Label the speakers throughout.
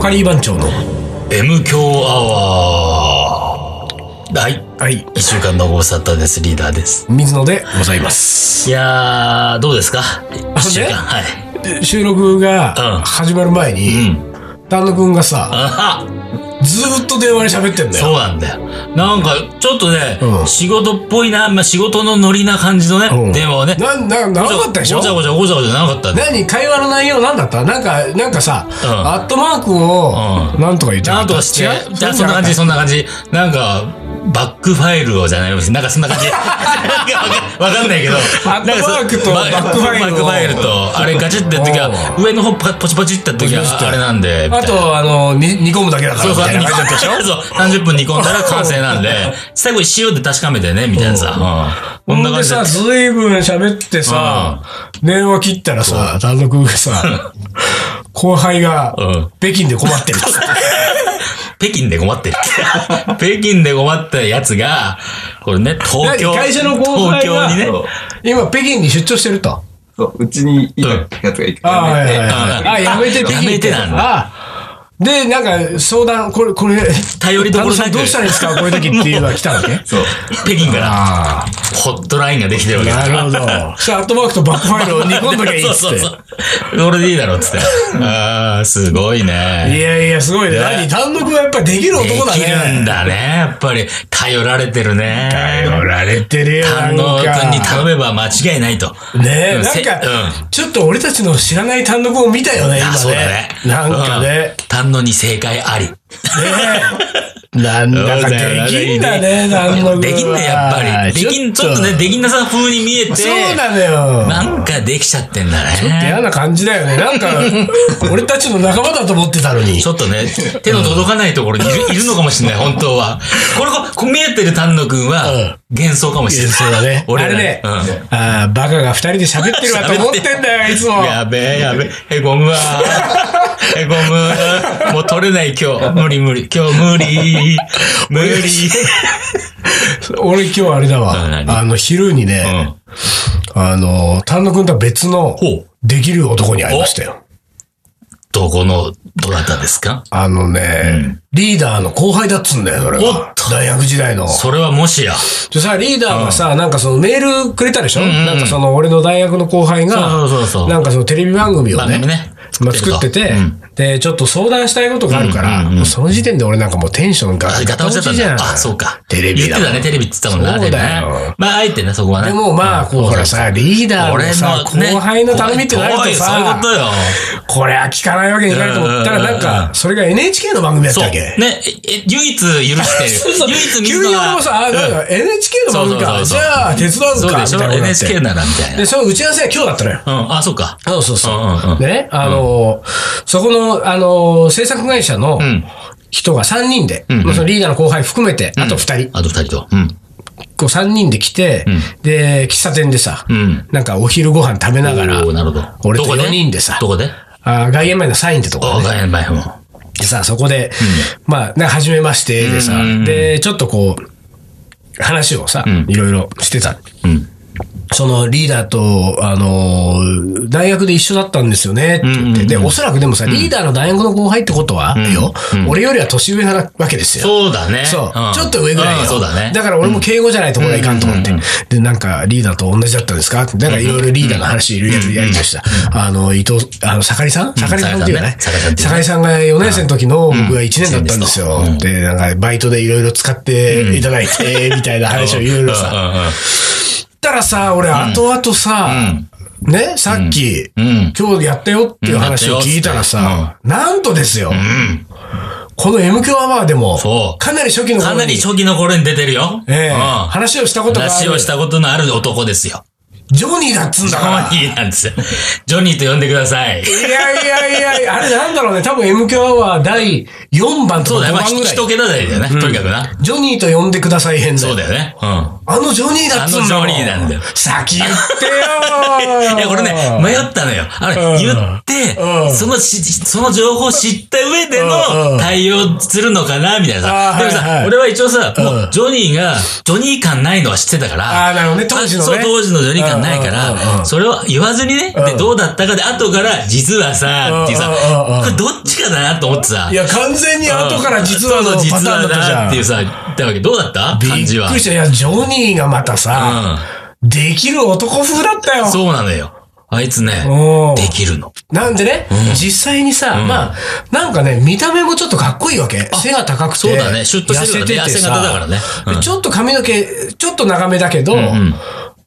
Speaker 1: カリー番長の
Speaker 2: M 強アワー。はい。
Speaker 1: はい
Speaker 2: 一週間のご無沙汰です。リーダーです。
Speaker 1: 水野でございます
Speaker 2: いやー、どうですか一週間。はい。
Speaker 1: で収録
Speaker 2: う
Speaker 1: が
Speaker 2: ん
Speaker 1: 始まる前
Speaker 2: う
Speaker 1: に、
Speaker 2: ん。
Speaker 1: 丹野くんがさ
Speaker 2: あは
Speaker 1: ずーっと電話で喋ってんだ
Speaker 2: そう
Speaker 1: よ
Speaker 2: なんだよ。なんか、ちょっとね、
Speaker 1: うん
Speaker 2: 仕事っぽいな、まあ、仕事のノリな感じのね、
Speaker 1: うん
Speaker 2: 電話をね。
Speaker 1: なな長かったでしょ
Speaker 2: ごちゃごちゃごちゃごちゃなかったんだよ
Speaker 1: 何会話の内容なんだったなんかなんかさ、
Speaker 2: うん
Speaker 1: アットマークを
Speaker 2: う
Speaker 1: なんとか言って
Speaker 2: なんとかして、
Speaker 1: 違う
Speaker 2: じゃあそんな感じ、そんな感じ。なんか、バックファイルをじゃないなんかそんな感じ。なんかわかわかんないけど。
Speaker 1: バックマークと
Speaker 2: なんかそ
Speaker 1: バックファイルを
Speaker 2: バックファイルと、あれガチってやった時は、上の方パポチポチってやった時
Speaker 1: ポチポチって
Speaker 2: は、あれなんで。みたい
Speaker 1: あ
Speaker 2: な
Speaker 1: とあのに煮込むだけだか
Speaker 2: そ
Speaker 1: らみ
Speaker 2: うそう、
Speaker 1: たいな
Speaker 2: 煮
Speaker 1: 感じだったでしょ
Speaker 2: 込んだそう、30分煮込んだら完成なんで、最後に塩で確かめてね、みたいなさ。う
Speaker 1: ほ
Speaker 2: ん。こん
Speaker 1: ん
Speaker 2: な感
Speaker 1: で
Speaker 2: じだ
Speaker 1: さ、
Speaker 2: った。
Speaker 1: ずいぶん喋ってさ、電話切ったらさ、単独が さ、後輩が
Speaker 2: うん、
Speaker 1: 北京で困ってるっつって。
Speaker 2: 北京で困っ てる。北京で困ったやつが、これね、東京、
Speaker 1: 何会社の後
Speaker 2: 東
Speaker 1: 輩が
Speaker 2: 京にね、
Speaker 3: そう
Speaker 1: 今、北京に出張してると。
Speaker 3: そう、うちにいたやつがいて、
Speaker 1: ああ、はいはいはいあ、やめて、
Speaker 2: やめてなんだ
Speaker 1: あで、なんか、相談、これ、これ、
Speaker 2: 頼りどころなく
Speaker 1: あのどうしたらいいですかこういう時っていうのが来たわけ
Speaker 3: そう。
Speaker 2: 北京から、
Speaker 1: あ
Speaker 2: ホットラインができてるわ
Speaker 1: あ、
Speaker 2: け
Speaker 1: なる
Speaker 2: だ
Speaker 1: ほど。そしたらアットマークとバックファイルを煮込んどきゃいいっつ
Speaker 2: そうそう
Speaker 1: っ
Speaker 2: そう。俺でいいだろ、つって。ああ、すごい
Speaker 1: て。い
Speaker 2: ね。
Speaker 1: やいや、すごいね。
Speaker 2: いや
Speaker 1: 何単独はやっぱりできる
Speaker 2: で
Speaker 1: 男だね。
Speaker 2: きるんだね。やっぱり、頼られてるね。
Speaker 1: 頼られてるよ、な
Speaker 2: 丹
Speaker 1: ん
Speaker 2: 野
Speaker 1: か
Speaker 2: 君に頼めば間違いないと。
Speaker 1: ねえ、
Speaker 2: うん
Speaker 1: なん
Speaker 2: せ
Speaker 1: か、
Speaker 2: う
Speaker 1: ちょっと俺たちの知らない単独を見たよね、今
Speaker 2: あ
Speaker 1: ね。
Speaker 2: そうだね。
Speaker 1: なんかね。
Speaker 2: うん。丹野に正解あり。
Speaker 1: ねえ。なんだか
Speaker 2: そうだよな
Speaker 1: できんだね、単独は。
Speaker 2: できんね、やっぱり。できん、ちょっとね、できんなさ風に見えて。
Speaker 1: そうなのよ。
Speaker 2: なんかできちゃってんだね。
Speaker 1: ちょっと嫌な感じだよね。なん か、俺たちの仲間だと思ってたのに
Speaker 2: ち。ょっとね、手の届かないところにいる,、いるのかもしれない、本当は。これ、こう見えてる丹野くんは、幻想かもしれない。
Speaker 1: そうだね。
Speaker 2: 俺
Speaker 1: あれね、
Speaker 2: うん
Speaker 1: あーバカが二人で喋ってるわと思ってん だよ、いつも。
Speaker 2: やべえ、やべえ。へこむわ。へこむ。もう取れない今日。無理無理。今日 無理。無理。
Speaker 1: 俺今日あれだ
Speaker 2: うん
Speaker 1: わ。
Speaker 2: 何
Speaker 1: あの、昼にね、
Speaker 2: うん
Speaker 1: あの、丹野くんとは別の
Speaker 2: ほう、
Speaker 1: できる男に会いましたよ。
Speaker 2: どこの、どなたですか
Speaker 1: あのね、リーダーの後輩だっつんだよ、それ
Speaker 2: お
Speaker 1: が
Speaker 2: っ。
Speaker 1: 大学時代の。
Speaker 2: それはもしや。
Speaker 1: でさ、リーダーがさ、なんかそのメールくれたでしょ、
Speaker 2: んうんうん
Speaker 1: なんかその俺の大学の後輩
Speaker 2: そ
Speaker 1: が
Speaker 2: うそうそうそう、
Speaker 1: なんかそのテレビ番組を
Speaker 2: 番
Speaker 1: ね、
Speaker 2: 組ね。
Speaker 1: まあ、作ってて、
Speaker 2: うん
Speaker 1: で、ちょっと相談したいことがあるから、
Speaker 2: うんうんうん
Speaker 1: もうその時点で俺なんかもうテンションが
Speaker 2: あ、ガ
Speaker 1: ガ
Speaker 2: タ
Speaker 1: タ
Speaker 2: 落
Speaker 1: 落
Speaker 2: ちだった
Speaker 1: ち
Speaker 2: ん
Speaker 1: じゃん。
Speaker 2: だ。あ、そうか。
Speaker 1: テレビ
Speaker 2: 言
Speaker 1: だ
Speaker 2: っ
Speaker 1: もん
Speaker 2: てたね、テレビって言ってたもんな、
Speaker 1: そうだよ
Speaker 2: テレビねまあ、あえてね、そこはね。
Speaker 1: でもまあ、こう、ほらさ、リーダーのさ、
Speaker 2: ね
Speaker 1: 後輩の頼みってなると
Speaker 2: そういう
Speaker 1: さ
Speaker 2: こ、とよ。
Speaker 1: これは聞かないわけにいかないと思ったら、
Speaker 2: うんうんうん
Speaker 1: なんか、それが NHK の番組やった
Speaker 2: そう。
Speaker 1: わけ。
Speaker 2: ね、ええ唯一 許してる。唯一水
Speaker 1: 急
Speaker 2: 野
Speaker 1: に
Speaker 2: が
Speaker 1: 俺もさ、あなんか NHK の番組
Speaker 2: そ
Speaker 1: か。
Speaker 2: う
Speaker 1: じ
Speaker 2: そうそうそう
Speaker 1: ゃあ、手伝うか。み
Speaker 2: そう
Speaker 1: たい
Speaker 2: で
Speaker 1: な
Speaker 2: し
Speaker 1: こ
Speaker 2: ょ
Speaker 1: とになって
Speaker 2: ?NSK なら、みたいな。
Speaker 1: で、その打ち合わせは今日だったのよ。
Speaker 2: うん、あ、そうか。
Speaker 1: そうそうそう。
Speaker 2: うんうんうん
Speaker 1: ね、あのーそこの、あのー制作会社の
Speaker 2: ん
Speaker 1: 人が3人で、
Speaker 2: んうん
Speaker 1: まあ、そのリーダーの後輩含めて、あと2人、
Speaker 2: あと二人と。うん。
Speaker 1: こう3人で来て、で、喫茶店でさ、
Speaker 2: ん
Speaker 1: なんかお昼ご飯食べながら、
Speaker 2: おーなるほど。
Speaker 1: 俺と
Speaker 2: どこ
Speaker 1: 4人でさ
Speaker 2: どこで
Speaker 1: あー外苑前のサインってとこ
Speaker 2: お
Speaker 1: ろ
Speaker 2: ー
Speaker 1: ね、
Speaker 2: ガイアンバイフも。
Speaker 1: でさ、そこで、まあ、なんか初めましてでさ、
Speaker 2: うんうんうん
Speaker 1: で、ちょっとこう、話をさ、
Speaker 2: ん
Speaker 1: いろいろしてた。
Speaker 2: うん。
Speaker 1: そのリーダーと、あのー大学で一緒だったんですよねって言って、
Speaker 2: うんうんうん
Speaker 1: で、おそらくでもさ、リーダーの大学の後輩ってことは、よ、俺よりは年上なわけですよ。
Speaker 2: そうだね。
Speaker 1: そう、
Speaker 2: ん
Speaker 1: ちょっと上ぐらいよ、
Speaker 2: うんそうだね。
Speaker 1: だから俺も敬語じゃないところはいかんと思って。
Speaker 2: うんうん
Speaker 1: で、なんかリーダーと同じだったんですかって、なんかいろいろリーダーの話いろいろやりました。あの、伊藤、あの、盛りさん盛りさんっていうね。
Speaker 2: 盛りさんね
Speaker 1: 盛りさんが4年生の時の僕が1年だったんですよ。
Speaker 2: うん
Speaker 1: で、なんかバイトでいろいろ使っていただいて、みたいな話をいろいろさ。ったらさ、俺、後々さ、ね、さっき、
Speaker 2: うんうん
Speaker 1: 今日やったよっていう話を聞いたらさ、なんとですよ、
Speaker 2: うんうん。うん。
Speaker 1: この M 響アワーでも
Speaker 2: そ、う
Speaker 1: かなり初期の
Speaker 2: か
Speaker 1: 頃
Speaker 2: な
Speaker 1: に
Speaker 2: り、初期の頃に出てるよ。
Speaker 1: ええ
Speaker 2: うん
Speaker 1: 話をしたことがあ
Speaker 2: 話
Speaker 1: る
Speaker 2: を、したことのある男ですよ。
Speaker 1: ジョニーだっつん
Speaker 2: ジ
Speaker 1: だから
Speaker 2: ョ。ニーなんですよ。ジョニーと呼んでください。
Speaker 1: いやいやいや、あれなんだろうね、多分 M 響アワー第4番
Speaker 2: そ
Speaker 1: と
Speaker 2: う
Speaker 1: か5
Speaker 2: だよ。まあ、
Speaker 1: 番
Speaker 2: ひ
Speaker 1: ぐらい
Speaker 2: 一。桁台だよね。とにかくな。
Speaker 1: ジョニーと呼んでください変だ
Speaker 2: そ
Speaker 1: よ
Speaker 2: うだよね。うん。
Speaker 1: あのジョニーだっつんだも
Speaker 2: あのジョニーなんだよ
Speaker 1: 先言ってよ
Speaker 2: いや、これね、迷ったのよ。あれ、
Speaker 1: うん
Speaker 2: 言って、
Speaker 1: うん
Speaker 2: そのし、その情報を知った上で
Speaker 1: うんうん
Speaker 2: の対応するのかな、みたいな
Speaker 1: あー
Speaker 2: さ。でもさ、
Speaker 1: はいはい
Speaker 2: 俺は一応さ、もう
Speaker 1: う、ん
Speaker 2: ジョニーが、ジョニー感ないのは知ってたから。
Speaker 1: あーなるほどね当時のね
Speaker 2: あそう、当時のジョニー感段ない
Speaker 1: う
Speaker 2: か
Speaker 1: んうんうん
Speaker 2: ら、それを言わずにね、
Speaker 1: う
Speaker 2: で、
Speaker 1: ん
Speaker 2: どうだったかで、後から、実はさ、っていうさ
Speaker 1: うんうんうんうん、
Speaker 2: これどっちかなと思ってさ
Speaker 1: い、や、完全に後から実はの
Speaker 2: そうそう
Speaker 1: パ
Speaker 2: 実
Speaker 1: ター
Speaker 2: は
Speaker 1: ンだったじゃ
Speaker 2: だ
Speaker 1: ん。
Speaker 2: っていうさ、言ったわけ。どうだった
Speaker 1: び
Speaker 2: 感じは
Speaker 1: っく。りした。いや、ジョニーがまたさ、できる男風だったよ。
Speaker 2: そうなのよ。あいつね、
Speaker 1: うん
Speaker 2: できるの。
Speaker 1: なんでね、実際にさ、まあ、なんかね、見た目もちょっとかっこいいわけ。背が高くて。
Speaker 2: そうだねシュッとしてるからね
Speaker 1: 痩せててさ
Speaker 2: 痩せ型だからねうん
Speaker 1: でちょっと髪の毛、ちょっと長めだけど、
Speaker 2: ん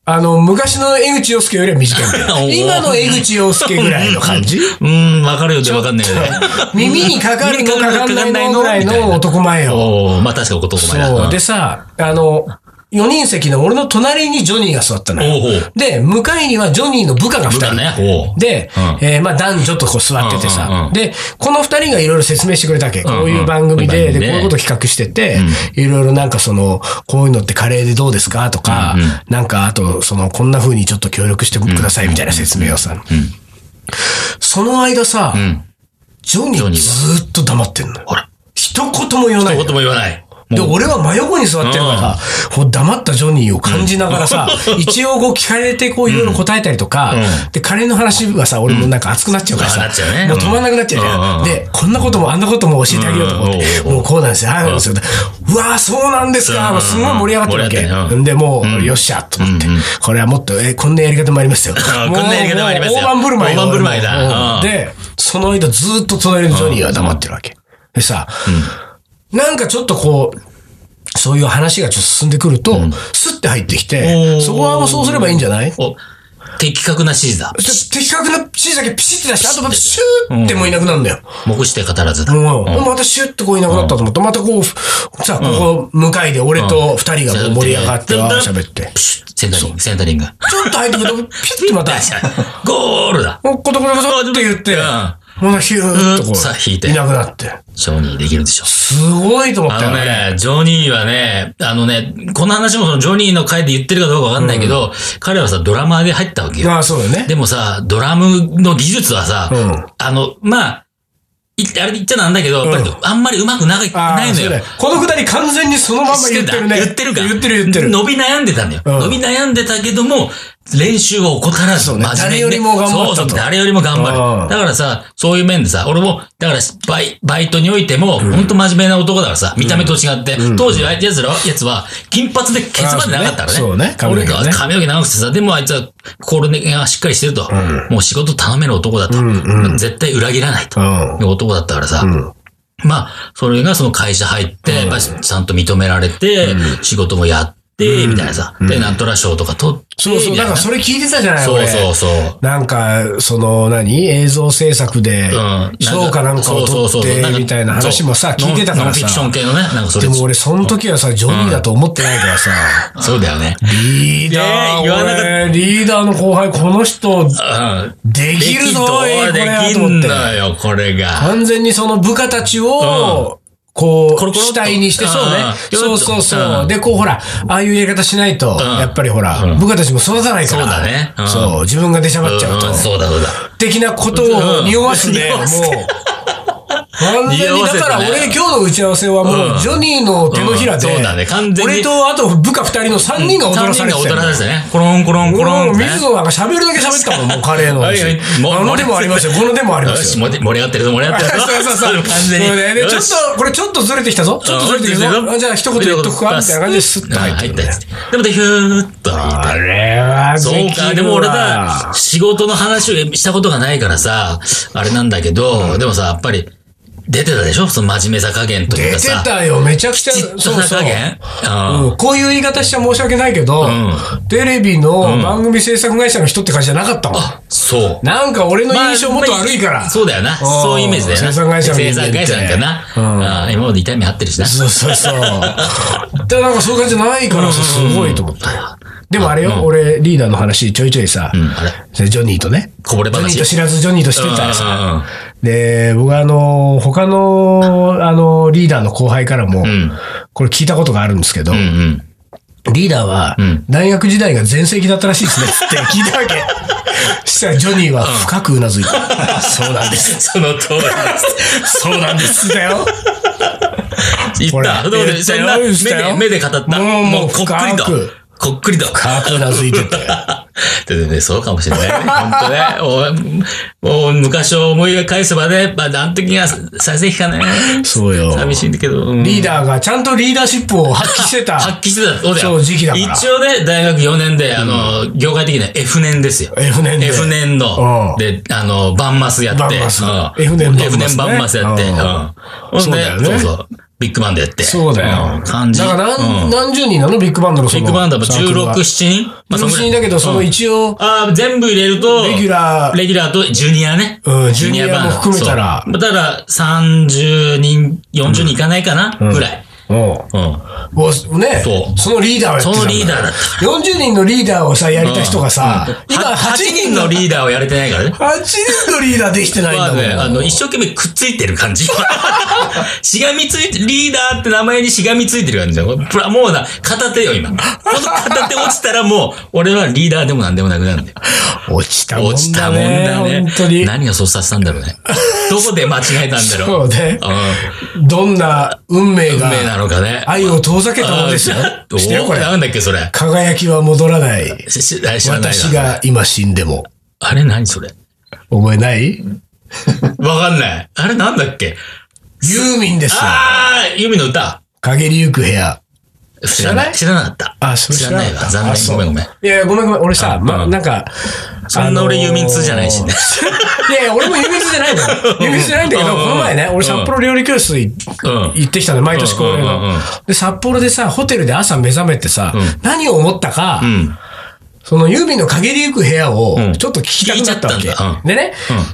Speaker 1: あの、昔の江口洋介よりは短いんだ
Speaker 2: お
Speaker 1: よ。
Speaker 2: ー
Speaker 1: 今の江口洋介ぐらいの感 じ
Speaker 2: うん、わかるよってわかんないけどね。
Speaker 1: 耳にかかるのかかんないのぐらいの男前よ。
Speaker 2: おーまあ確か男前だ。
Speaker 1: そう。
Speaker 2: うん
Speaker 1: でさ、あの、4人席の俺の隣にジョニーが座ったの
Speaker 2: おうお
Speaker 1: よ
Speaker 2: う。
Speaker 1: で、向かいにはジョニーの部下が2
Speaker 2: 部下
Speaker 1: 人。
Speaker 2: ねおう
Speaker 1: で、
Speaker 2: うん
Speaker 1: えーまあ男女とこう座っててさ、
Speaker 2: うんうんうん
Speaker 1: で、この2人がいろいろ説明してくれたわけ。こういう番組
Speaker 2: こういう
Speaker 1: で、
Speaker 2: 番
Speaker 1: で、こ
Speaker 2: 組ね
Speaker 1: ういうこと企画してて、いろいろなんかその、こういうのってカレーでどうですかとか、
Speaker 2: うんうん
Speaker 1: なんかあと、その、こんな風にちょっと協力してくださいみたいな説明をさ、その間さ、
Speaker 2: ん
Speaker 1: ジョニーずーっと黙ってんのよ。
Speaker 2: ほら、
Speaker 1: 一言も言わないのよ。
Speaker 2: 一言も言わない。
Speaker 1: で、
Speaker 2: もう
Speaker 1: 俺は真横に座ってるからさ、こう黙ったジョニーを感じながら さ、一応こう聞かれてこういろいろ答えたりとか、
Speaker 2: う
Speaker 1: で、カレーの話はさ、俺もなんか熱くなっちゃうから
Speaker 2: うん
Speaker 1: さ、
Speaker 2: あなっちゃうね
Speaker 1: もう止まらなくなっちゃうじゃん。
Speaker 2: うん
Speaker 1: で、こんなこともあんなことも教えてあげようと思って、
Speaker 2: うん
Speaker 1: もうこうなんですよ、ああなんですよ。うわーそうなんですか、
Speaker 2: うん
Speaker 1: もうすごい盛り上がってるわけ。
Speaker 2: 盛り上がってる
Speaker 1: で、もう、よっしゃ、と思って、これはもっと、え、こんなやり方もあり ますよ。
Speaker 2: んこんなやり方もありますよ
Speaker 1: もう大盤振る舞いよ
Speaker 2: 大盤振る舞いだ
Speaker 1: うん
Speaker 2: うん
Speaker 1: で、その間ずっと隣のジョニーは黙ってるわけ。でさ、なんかちょっとこう、そういう話がちょっと進んでくると、スッて入ってき
Speaker 2: お
Speaker 1: て、
Speaker 2: ー
Speaker 1: そこはもうそうすればいいんじゃない
Speaker 2: お、的確な指示だ。
Speaker 1: ちょ的確な指示だけピシッて出して、あとまたシューってもういなくなるんだよ。
Speaker 2: 目して語らずだ。
Speaker 1: もう、またシュッとこういなくなったと思って、またこう、さ、ここ向かいで俺と二人がこう盛り上がって、
Speaker 2: うん
Speaker 1: わー喋って。
Speaker 2: プシュッセンタリング、センタリング。
Speaker 1: ちょっと入ってくると、ピッてまた、
Speaker 2: ゴールだ。
Speaker 1: もうコトコトコトって言って
Speaker 2: うん、
Speaker 1: またヒューっとこ、
Speaker 2: うんさ引いうて
Speaker 1: いなくなって。
Speaker 2: ジョニーできるでしょ。
Speaker 1: すごいと思っ
Speaker 2: あ
Speaker 1: たよ
Speaker 2: のね、ジョニーはね、あのね、この話もそのジョニーの回で言ってるかどうかわかんないけど、彼はさ、ドラマーで入ったわけよ。
Speaker 1: ああ、そうだよね。
Speaker 2: でもさ、ドラムの技術はさ、
Speaker 1: うん
Speaker 2: あの、まあ、いあれ言っちゃなんだけど、やっぱりあんまりうまくない
Speaker 1: ああ
Speaker 2: ないの
Speaker 1: そうだ
Speaker 2: よ
Speaker 1: よ。このくだり完全にそのまんま言ってるね。
Speaker 2: 言ってるか。
Speaker 1: 言ってる言ってる。
Speaker 2: 伸び悩んでたんだよ。
Speaker 1: うん
Speaker 2: 伸び悩んでたけども、練習を怠らず、
Speaker 1: うね
Speaker 2: 真面目にね
Speaker 1: 誰よりも頑張ったと
Speaker 2: そうそう、誰よりも頑張
Speaker 1: うん
Speaker 2: る。だからさ、そういう面でさ、俺も、だからバイ、バイトにおいても、ほんと真面目な男だからさ、見た目と違って、当時、あいつら、やつは、金髪でケツまでなかったか
Speaker 1: あ
Speaker 2: らね。
Speaker 1: そうねそうね
Speaker 2: 俺が
Speaker 1: 髪の毛ね
Speaker 2: 髪の毛長くてさ、でもあいつは、心がしっかりしてると。もう仕事頼める男だと。絶対裏切らないと。
Speaker 1: うん
Speaker 2: 男だったからさ。まあ、それがその会社入って、やっぱちゃんと認められて、仕事もやって、みたいなさ。で、なんとら賞とか取って、
Speaker 1: そうそう。
Speaker 2: みた
Speaker 1: ないん
Speaker 2: な
Speaker 1: かそれ聞いてたじゃない
Speaker 2: そう
Speaker 1: 俺
Speaker 2: そうそう。
Speaker 1: なんか、その、何映像制作で
Speaker 2: うんなんか、
Speaker 1: 賞かなんかを
Speaker 2: そうそ
Speaker 1: 取
Speaker 2: うそう
Speaker 1: っ
Speaker 2: な
Speaker 1: て、
Speaker 2: んか
Speaker 1: みたいな話もさ、
Speaker 2: そう
Speaker 1: 聞いてたか
Speaker 2: ノン
Speaker 1: ら
Speaker 2: フィクショ
Speaker 1: さ
Speaker 2: ン。系のね、なんかそ
Speaker 1: で
Speaker 2: れ。
Speaker 1: も俺、その時はさ、ジョニーだと思ってないからさ、
Speaker 2: そうだよね。
Speaker 1: リーダー、
Speaker 2: ね言わなかった
Speaker 1: 俺リーダーの後輩、この人、
Speaker 2: うん。
Speaker 1: できるぞ、おいこれ
Speaker 2: で
Speaker 1: は
Speaker 2: き
Speaker 1: と
Speaker 2: ん
Speaker 1: 思って。
Speaker 2: のよ、これが。
Speaker 1: 完全にその部下たちを、こ
Speaker 2: コ
Speaker 1: う、
Speaker 2: ロコロっと
Speaker 1: 主体にして、
Speaker 2: うん
Speaker 1: そうね。
Speaker 2: う
Speaker 1: そ
Speaker 2: ん
Speaker 1: うそうそうう。
Speaker 2: ん
Speaker 1: で、こうほら、ああいうやり方しないと、
Speaker 2: ん
Speaker 1: やっぱりほ
Speaker 2: う
Speaker 1: ら、
Speaker 2: ん
Speaker 1: 部下たちも育たないから。
Speaker 2: そうだねうん
Speaker 1: そう、自分が出しゃばっちゃうと
Speaker 2: うん。そうだそうだ。
Speaker 1: 的なことを匂わすね、
Speaker 2: うん
Speaker 1: もう
Speaker 2: 匂わす。
Speaker 1: 完全に、
Speaker 2: 匂わせ
Speaker 1: だ
Speaker 2: てね
Speaker 1: から俺今日の打ち合わせはも
Speaker 2: うん
Speaker 1: う、ジョニーの手のひらで
Speaker 2: うんそうだね完、全に
Speaker 1: 俺とあと部下二人の三人が踊らされて
Speaker 2: 三人が踊ら
Speaker 1: た
Speaker 2: さ
Speaker 1: よ
Speaker 2: れてたね。コロンコロンコロン
Speaker 1: も
Speaker 2: っ
Speaker 1: う
Speaker 2: てね。
Speaker 1: 水野なんか喋るだけ喋ったもん、もうカレーの話。
Speaker 2: はいはいもう
Speaker 1: あの手もありますよ、この手もありま
Speaker 2: よ
Speaker 1: す
Speaker 2: し、
Speaker 1: よ。
Speaker 2: 盛り盛り上がってるぞ、盛り上がってる ぞ。
Speaker 1: そうそうそう。
Speaker 2: 完全に。
Speaker 1: そうねで
Speaker 2: よ
Speaker 1: ちょっ
Speaker 2: し
Speaker 1: と、これちょっとずれてきたぞ。ちょっとずれてきたぞ。あじゃあ一言言っとくかみたいな感じでスッと入って
Speaker 2: うん
Speaker 1: くるね
Speaker 2: やつでもで、ヒューっと入って。
Speaker 1: あれは、
Speaker 2: そうか、でも俺だ、
Speaker 1: だ
Speaker 2: 仕事の話をしたことがないからさ、あれなんだけど、でもさ、やっぱり、出てたでしょその真面目さ加減とい
Speaker 1: 出
Speaker 2: うか
Speaker 1: て
Speaker 2: さ。
Speaker 1: たよ、めちゃくちゃ。
Speaker 2: ちっちゃさ加減
Speaker 1: うんこういう言い方しちゃ申し訳ないけど、
Speaker 2: ん
Speaker 1: テレビの番組制作会社の人って感じじゃなかったもん。
Speaker 2: そう。
Speaker 1: なんか俺の印象もっと悪いから。
Speaker 2: そうだよな。そういうイメージだよな。
Speaker 1: 生産会社の
Speaker 2: 生
Speaker 1: 人間っ
Speaker 2: 産
Speaker 1: て
Speaker 2: 会社なんかな。ああ今まで痛み張ってるしな。
Speaker 1: そうそうそう。で、なんかそういう感じじゃないからさ、すごいと思ったよ。でもあれよ、俺リーダーの話ちょいちょいさ、
Speaker 2: うんあれ
Speaker 1: ジョニーとね、
Speaker 2: こぼれ
Speaker 1: ジョニ
Speaker 2: 話。
Speaker 1: ーと知らずジョニーとしてたらさ、
Speaker 2: うんうんうん
Speaker 1: で、僕はあの、他の、あの、リーダーの後輩からも、
Speaker 2: ん
Speaker 1: これ聞いたことがあるんですけど、
Speaker 2: うんうん。
Speaker 1: リーダーは
Speaker 2: ん、
Speaker 1: 大学時代が全盛期だったらしい ですね、つって聞いたわけ。そしたらジョニーは深くうなずいた。そうなんです。
Speaker 2: その通りです。そうなんです。
Speaker 1: だよ。
Speaker 2: 言
Speaker 1: ほ
Speaker 2: っ
Speaker 1: ら
Speaker 2: た。どう
Speaker 1: 言
Speaker 2: で
Speaker 1: った
Speaker 2: そ
Speaker 1: よ
Speaker 2: んな目
Speaker 1: 言ったよ
Speaker 2: で、目で語った。
Speaker 1: もうもう
Speaker 2: こっくり
Speaker 1: 深
Speaker 2: と
Speaker 1: く。
Speaker 2: こっくりと。
Speaker 1: 深くうなずいてたよ。
Speaker 2: でね、そうかもしれないね。本当ね。もう、もう昔を思い返せばね、まあ、あの時が最盛期かね。
Speaker 1: そうよ
Speaker 2: 寂しいんだけど。うん
Speaker 1: リーダーがちゃんとリーダーシップを発揮してた。
Speaker 2: 発揮してた。そうだよ。
Speaker 1: そう時期だから
Speaker 2: 一応ね、大学4年で、あの、業界的な F 年ですよ。
Speaker 1: F 年で
Speaker 2: F 年
Speaker 1: うん、
Speaker 2: ので、あの、バンマスやって。
Speaker 1: バンマス
Speaker 2: うん
Speaker 1: F 年バンマスね
Speaker 2: F 年バンマスやって。
Speaker 1: う
Speaker 2: うんんほん
Speaker 1: そう
Speaker 2: で
Speaker 1: だよ、ね
Speaker 2: そうそう。ビッグバンドやって。
Speaker 1: そうだ
Speaker 2: ん
Speaker 1: よ。
Speaker 2: 感じ。
Speaker 1: だから
Speaker 2: う
Speaker 1: 何、
Speaker 2: ん
Speaker 1: 何十人なのビッグバンドのそ
Speaker 2: ビ
Speaker 1: の。
Speaker 2: ッグバンドは
Speaker 1: サークル
Speaker 2: 16、
Speaker 1: は
Speaker 2: 7人まあ、そ
Speaker 1: 16
Speaker 2: んぐらい
Speaker 1: 人だけど、その一応、
Speaker 2: ああ、全部入れると、
Speaker 1: レギュラー
Speaker 2: レギュラーとジュニアね。
Speaker 1: うんジュニアも
Speaker 2: バンド
Speaker 1: 含めたら
Speaker 2: そうだから、30人、40人いかないかな、ぐらい。
Speaker 1: うん
Speaker 2: うん。
Speaker 1: もうね
Speaker 2: そ、う
Speaker 1: そのリーダーをやってたんだ
Speaker 2: そのリーダーだった
Speaker 1: 40人のリーダーをさ、やりた人がさ、今
Speaker 2: は
Speaker 1: 8
Speaker 2: 8
Speaker 1: 人
Speaker 2: 人
Speaker 1: の
Speaker 2: の
Speaker 1: リー
Speaker 2: リーダーをやれてな いからね。
Speaker 1: ダー。8人のリーダーできてないん
Speaker 2: ま
Speaker 1: だ
Speaker 2: あ
Speaker 1: もん。
Speaker 2: ね、あの、一生懸命くっついてる感じ。 しがみついて、リーダーって名前にしがみついてる感じだよ。プラもうな、片手よ、今。この片手落ちたらもう、俺はリーダーでもなんでもなくなるんだよ。
Speaker 1: 落ちたもんだね。
Speaker 2: 落ちたもんだね。
Speaker 1: 本当に。
Speaker 2: 何がそうさせたんだろ うね。どこで間違えたんだろ。
Speaker 1: そううね。
Speaker 2: うん
Speaker 1: どんな運命
Speaker 2: 運
Speaker 1: が
Speaker 2: 命なのかね。
Speaker 1: 愛を遠ざけたものですよ
Speaker 2: あ。ー
Speaker 1: してよ、これ。
Speaker 2: なんだっけ、それ。
Speaker 1: 輝きは戻らない。
Speaker 2: しし知らないな
Speaker 1: 私が今死んでも。
Speaker 2: あれ何それ
Speaker 1: 覚えない
Speaker 2: わかんない。あれなんだっけ
Speaker 1: ユーミンですよ。
Speaker 2: ああユミの歌
Speaker 1: 陰りゆく部屋。
Speaker 2: 知らない知らなかった。
Speaker 1: あ、それ
Speaker 2: 知らないわ。残念。ごめんごめん。
Speaker 1: ん。いや、ごめんごめん。俺さ、ま、
Speaker 2: うん
Speaker 1: なんか、
Speaker 2: そんな俺
Speaker 1: あのー
Speaker 2: ユーミン通じゃないしね。
Speaker 1: いやいや、俺もユーミン通じゃない のよ。ユーミン通じゃないんだけど、
Speaker 2: うん
Speaker 1: この前ね、俺札幌料理教室い
Speaker 2: うん
Speaker 1: 行ってきたの、毎年恒例
Speaker 2: うんうんうんう
Speaker 1: の
Speaker 2: ん。
Speaker 1: で、札幌でさ、ホテルで朝目覚めてさ、
Speaker 2: ん
Speaker 1: 何を思ったか、
Speaker 2: うん。
Speaker 1: そのユーミンの陰りゆく部屋を
Speaker 2: うん
Speaker 1: ちょっと聞きたくなったわけ。
Speaker 2: 聞いちゃったんだうん
Speaker 1: でね、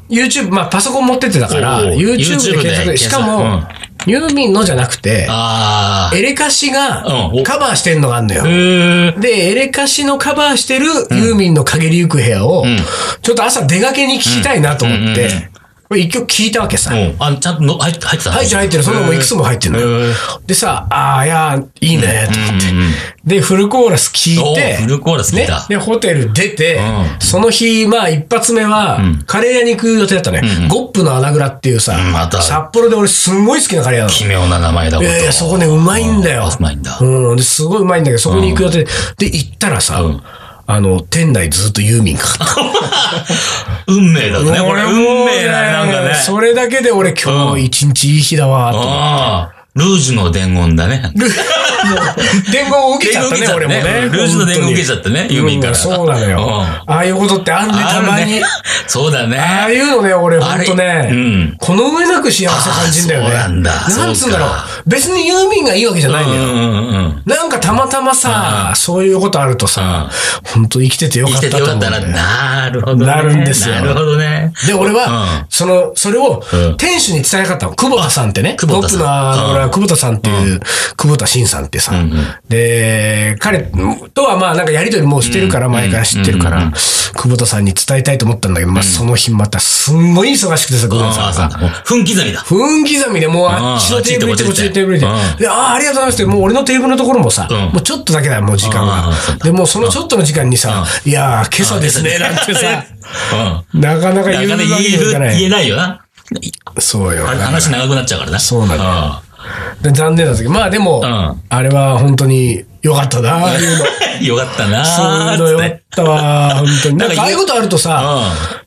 Speaker 1: YouTube、まあパソコン持ってってたから、
Speaker 2: おうおう
Speaker 1: YouTube で検
Speaker 2: YouTube
Speaker 1: 索
Speaker 2: で
Speaker 1: しか
Speaker 2: う
Speaker 1: も
Speaker 2: ん、
Speaker 1: ユーミンのじゃなくて、
Speaker 2: ああ
Speaker 1: エレカシが
Speaker 2: うんお
Speaker 1: カバーしてんのがあんのよ。
Speaker 2: へえ。
Speaker 1: で、エレカシのカバーしてるユーミンの陰りゆく部屋を、ちょっと朝出かけに聞きたいなと思って、これ一曲聞いたわけさ。
Speaker 2: うん。あ、ちゃんとの入って入ってたの
Speaker 1: 入ってる入ってる、そんなのもいくつも入ってるのよ
Speaker 2: へえ。
Speaker 1: でさ、ああ、いやー、いいね、と思って。で、フルコーラス聞いて、
Speaker 2: おーフルコーラス聞いた
Speaker 1: ねで、ホテル出て、
Speaker 2: う
Speaker 1: その日、まあ、一発目は、カレー屋に行く予定だったね。ゴップの穴蔵っていうさ、
Speaker 2: んまた
Speaker 1: 札幌で俺すんごい好きなカレー屋なの。
Speaker 2: 奇妙な名前だこと。
Speaker 1: いやいや、そこね、うまいんだよ。
Speaker 2: うんうまいんだ
Speaker 1: うん、ですごいうまいんだけど、そこに行く予定で、で、行ったらさ、
Speaker 2: ん
Speaker 1: あの、店内ずっとユーミンかかって
Speaker 2: 運命だね。
Speaker 1: た。
Speaker 2: これ運命だね。なんかね。
Speaker 1: それだけで俺今日一日いい日だわ、と思って
Speaker 2: ああ。ルージュの伝言だね。
Speaker 1: ルもう伝言を受けちゃったね、俺もね。
Speaker 2: ルージュの伝言受けちゃ
Speaker 1: っ
Speaker 2: ったね。ユーミンから。
Speaker 1: そうなのよ。
Speaker 2: うん
Speaker 1: ああいうことってあんね、たまに。。
Speaker 2: そうだね。
Speaker 1: ああいうのね、俺、ほ
Speaker 2: あ
Speaker 1: ん
Speaker 2: れ
Speaker 1: とね、
Speaker 2: うん
Speaker 1: この上なく幸せ感じんだよね。
Speaker 2: あーそうなんだ
Speaker 1: なんつうんだろう
Speaker 2: そうか。
Speaker 1: 別にユーミンがいいわけじゃないんだ
Speaker 2: う
Speaker 1: よ。
Speaker 2: んうんうん。
Speaker 1: なんかたまたまさ、そういうことあるとさ、ほんと生きててよか
Speaker 2: 生
Speaker 1: っ
Speaker 2: き
Speaker 1: た
Speaker 2: て
Speaker 1: と思
Speaker 2: てよ
Speaker 1: う
Speaker 2: か
Speaker 1: んだ
Speaker 2: った
Speaker 1: よ
Speaker 2: な。
Speaker 1: ね、
Speaker 2: なるほどね。
Speaker 1: なるんですよ
Speaker 2: なるほどね。
Speaker 1: で、俺は、
Speaker 2: うん
Speaker 1: その、それを、店主に伝えなかったの。久保田さんってね。
Speaker 2: 久保田さん
Speaker 1: トップのあの
Speaker 2: うん
Speaker 1: 俺は久保田さんっていう、久保田慎さんってさ、
Speaker 2: んうん
Speaker 1: で、彼とはまあなんかやりとりもうしてるから、前から知ってるから、久保田さんに伝えたいと思ったんだけど、まあその日またすんごい忙しくてさ、久保田さん
Speaker 2: あ
Speaker 1: が
Speaker 2: あ、
Speaker 1: さ。
Speaker 2: 分刻みだ。
Speaker 1: 分刻みでもうあっちのテーブル行って
Speaker 2: うん
Speaker 1: こっちのテーブル行っ
Speaker 2: うん
Speaker 1: て。で、ああ、ありがとうございますって、もう俺のテーブルのところもさ、
Speaker 2: うん
Speaker 1: もうちょっとだけだよ、もう時間
Speaker 2: う
Speaker 1: が
Speaker 2: んそう。だ
Speaker 1: で、もうそのちょっとの時間にさ、いやー、今朝ですね、
Speaker 2: うん
Speaker 1: なんてさ、
Speaker 2: うん。
Speaker 1: なかなか
Speaker 2: な
Speaker 1: 言う
Speaker 2: か
Speaker 1: わ
Speaker 2: な
Speaker 1: け
Speaker 2: か
Speaker 1: には
Speaker 2: 言え
Speaker 1: い
Speaker 2: る
Speaker 1: かな
Speaker 2: 言え
Speaker 1: い。
Speaker 2: ないよな。
Speaker 1: そうよ。
Speaker 2: あ
Speaker 1: だ
Speaker 2: れ
Speaker 1: から
Speaker 2: 話長くなっちゃうからな。
Speaker 1: そうなんだよ
Speaker 2: だ。
Speaker 1: で残念だったけど、まあでも、
Speaker 2: ん
Speaker 1: あれは本当に良かったな、ああいうの。
Speaker 2: よかったな
Speaker 1: そういう
Speaker 2: ー
Speaker 1: の
Speaker 2: つっ
Speaker 1: 良か
Speaker 2: て
Speaker 1: ったわ、本当に。なん
Speaker 2: なん
Speaker 1: か
Speaker 2: か
Speaker 1: ああいうことあるとさ、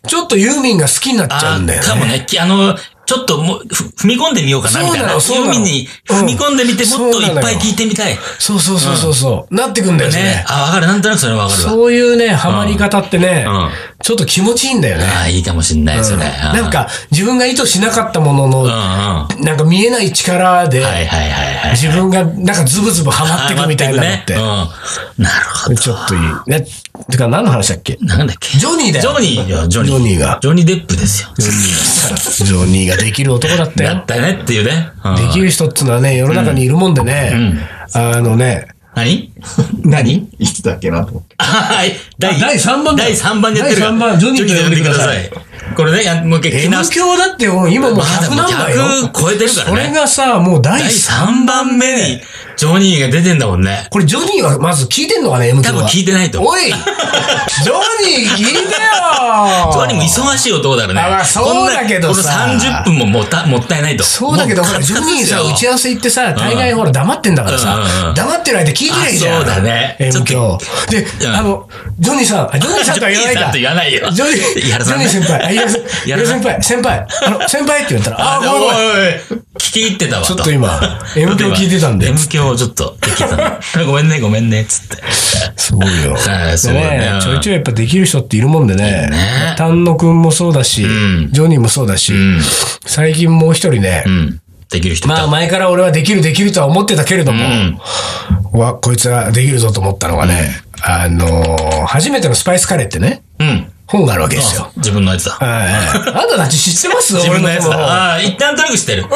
Speaker 1: ちょっとユーミンが好きになっちゃうんだよ
Speaker 2: あーかも
Speaker 1: ね。
Speaker 2: ね。きあの、ちょっともう、ふ踏み込んでみようかな、みたいな。ユ
Speaker 1: そうなのそうなの
Speaker 2: ーミンに踏み込んでみて、
Speaker 1: うん
Speaker 2: もっといっ
Speaker 1: そうなの
Speaker 2: ぱい
Speaker 1: よ
Speaker 2: 聞いてみたい。
Speaker 1: そうそうそうそうそう。なってくんだよ
Speaker 2: ね
Speaker 1: ね。。
Speaker 2: あ、わかる。なんとなくそれはわかるわ。
Speaker 1: そういうね、ハマり方ってね
Speaker 2: うん、
Speaker 1: ちょっと気持ちいいんだよね。
Speaker 2: ああ、いいかもしんない、それ。
Speaker 1: なん、か、自分が意図しなかったもの
Speaker 2: うんうん。
Speaker 1: の、
Speaker 2: は
Speaker 1: なんか見えない力で
Speaker 2: い、はいはいはい。
Speaker 1: 自分がなんかズブズブハマってくみたいなのって
Speaker 2: あ。ー待ってくねうん。なるほど。
Speaker 1: ちょっといい。ね、てか何の話だっけ
Speaker 2: なんだっけ
Speaker 1: ジョニーだよ
Speaker 2: ジョニーよ、ジョニー。
Speaker 1: ジョニーが
Speaker 2: ジョニーデップですよ。
Speaker 1: ジョニーができる男だった
Speaker 2: だ
Speaker 1: よ
Speaker 2: っ。たねっていうね。うん
Speaker 1: できる人っつうのはね、世の中にいるもんでね、あのね、
Speaker 2: 何何
Speaker 3: いつだっけなと思って。
Speaker 2: はい。第
Speaker 1: あ第三番だ
Speaker 2: 第3番でやってるから
Speaker 1: 第三番ジョニー
Speaker 2: ジョニーで呼んでください。これね、やもう一回、
Speaker 1: M
Speaker 2: す。
Speaker 1: 教だってもう今もう
Speaker 2: まだ
Speaker 1: 100
Speaker 2: もう
Speaker 1: 何倍よ。
Speaker 2: 100超えてるからね
Speaker 1: それがさ、もう第
Speaker 2: 第
Speaker 1: 3
Speaker 2: 3番目に、ジョニーが出てんだもんね。
Speaker 1: これジョニーはまず聞いてんのかね、M
Speaker 2: 多
Speaker 1: 教
Speaker 2: 分
Speaker 1: は。
Speaker 2: 聞いてないと思う。
Speaker 1: おいジョニー聞いてよ
Speaker 2: ジョニーも忙しい男だからね。
Speaker 1: あまあそうだけどさ
Speaker 2: こんなこの30分ももったもったいないと。
Speaker 1: そうだけど、
Speaker 2: も
Speaker 1: ほら、ジョニーさ、打ち合わせ行ってさ、大概ほら、黙ってんだから
Speaker 2: うんうんう
Speaker 1: さ
Speaker 2: ん、
Speaker 1: 黙ってる間聞いてないじゃん。
Speaker 2: あそうだね
Speaker 1: M
Speaker 2: ちょっ
Speaker 1: 響
Speaker 2: と。
Speaker 1: で
Speaker 2: う、ん
Speaker 1: あの、ジョニーさん、あジョニーさんとは言わないか。
Speaker 2: ジョニーさんとは言わないよ
Speaker 1: ジョニー、ジ
Speaker 2: 井原さ
Speaker 1: ョ
Speaker 2: ん
Speaker 1: ニ
Speaker 2: ね
Speaker 1: ー先輩、あ井原さん井
Speaker 2: 井
Speaker 1: 原
Speaker 2: 原さん
Speaker 1: 先輩、先輩、あの、先輩って言ったら、あ
Speaker 2: あ、
Speaker 1: あ、ごめんごめん。
Speaker 2: おいおいおい聞き入ってたわ
Speaker 1: ち
Speaker 2: と。
Speaker 1: ょっと今 M 響聞いてたんで
Speaker 2: M 響をちょっと聞いてた のごめんね、ごめんね、つって。
Speaker 1: そうよ。
Speaker 2: はいそうだね
Speaker 1: ねちょいちょいやっぱできる人っているもんでね
Speaker 2: ね。
Speaker 1: 丹野くんもそうだし、
Speaker 2: ん
Speaker 1: ジョニーもそうだし
Speaker 2: ん、
Speaker 1: 最近もう一人ね
Speaker 2: う、ん。できる人い
Speaker 1: まあ
Speaker 2: た。
Speaker 1: 前から俺はできるできるとは思ってたけれども、
Speaker 2: うん。
Speaker 1: わ、こいつはできるぞと思ったのがね、あのー初めてのスパイスカレーってね、
Speaker 2: うん。
Speaker 1: 本があるわけですよ。
Speaker 2: 自分のやつだ。
Speaker 1: はいはい。あんたたち知ってます
Speaker 2: 自分のやつ
Speaker 1: 俺の
Speaker 2: だ。ああ、一旦となく知ってる。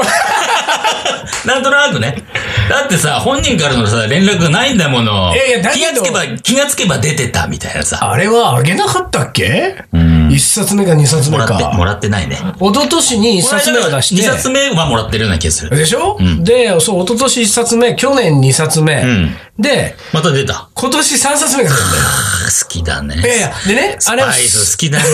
Speaker 2: なんとなくね。だってさ、本人からのさ、連絡がないんだもの。
Speaker 1: いやいやだけ
Speaker 2: 気が
Speaker 1: ど
Speaker 2: つけば、気がつけば出てたみたいなさ。
Speaker 1: あれはあげなかったっけ
Speaker 2: ん
Speaker 1: 一冊目か二冊目
Speaker 2: もらって、も
Speaker 1: か。
Speaker 2: らってないね。
Speaker 1: 一昨年に一冊目を出して。
Speaker 2: 2冊目はもらってるような気がする。
Speaker 1: でしょ、で、そう、一昨年一冊目、去年二冊目。
Speaker 2: ん
Speaker 1: で、
Speaker 2: また出た。あ
Speaker 1: 今年三冊目が来るんだよ。
Speaker 2: 好きだね。
Speaker 1: い やいや、でね、あ
Speaker 2: あ
Speaker 1: れ
Speaker 2: れ
Speaker 1: は
Speaker 2: アイス好きだね。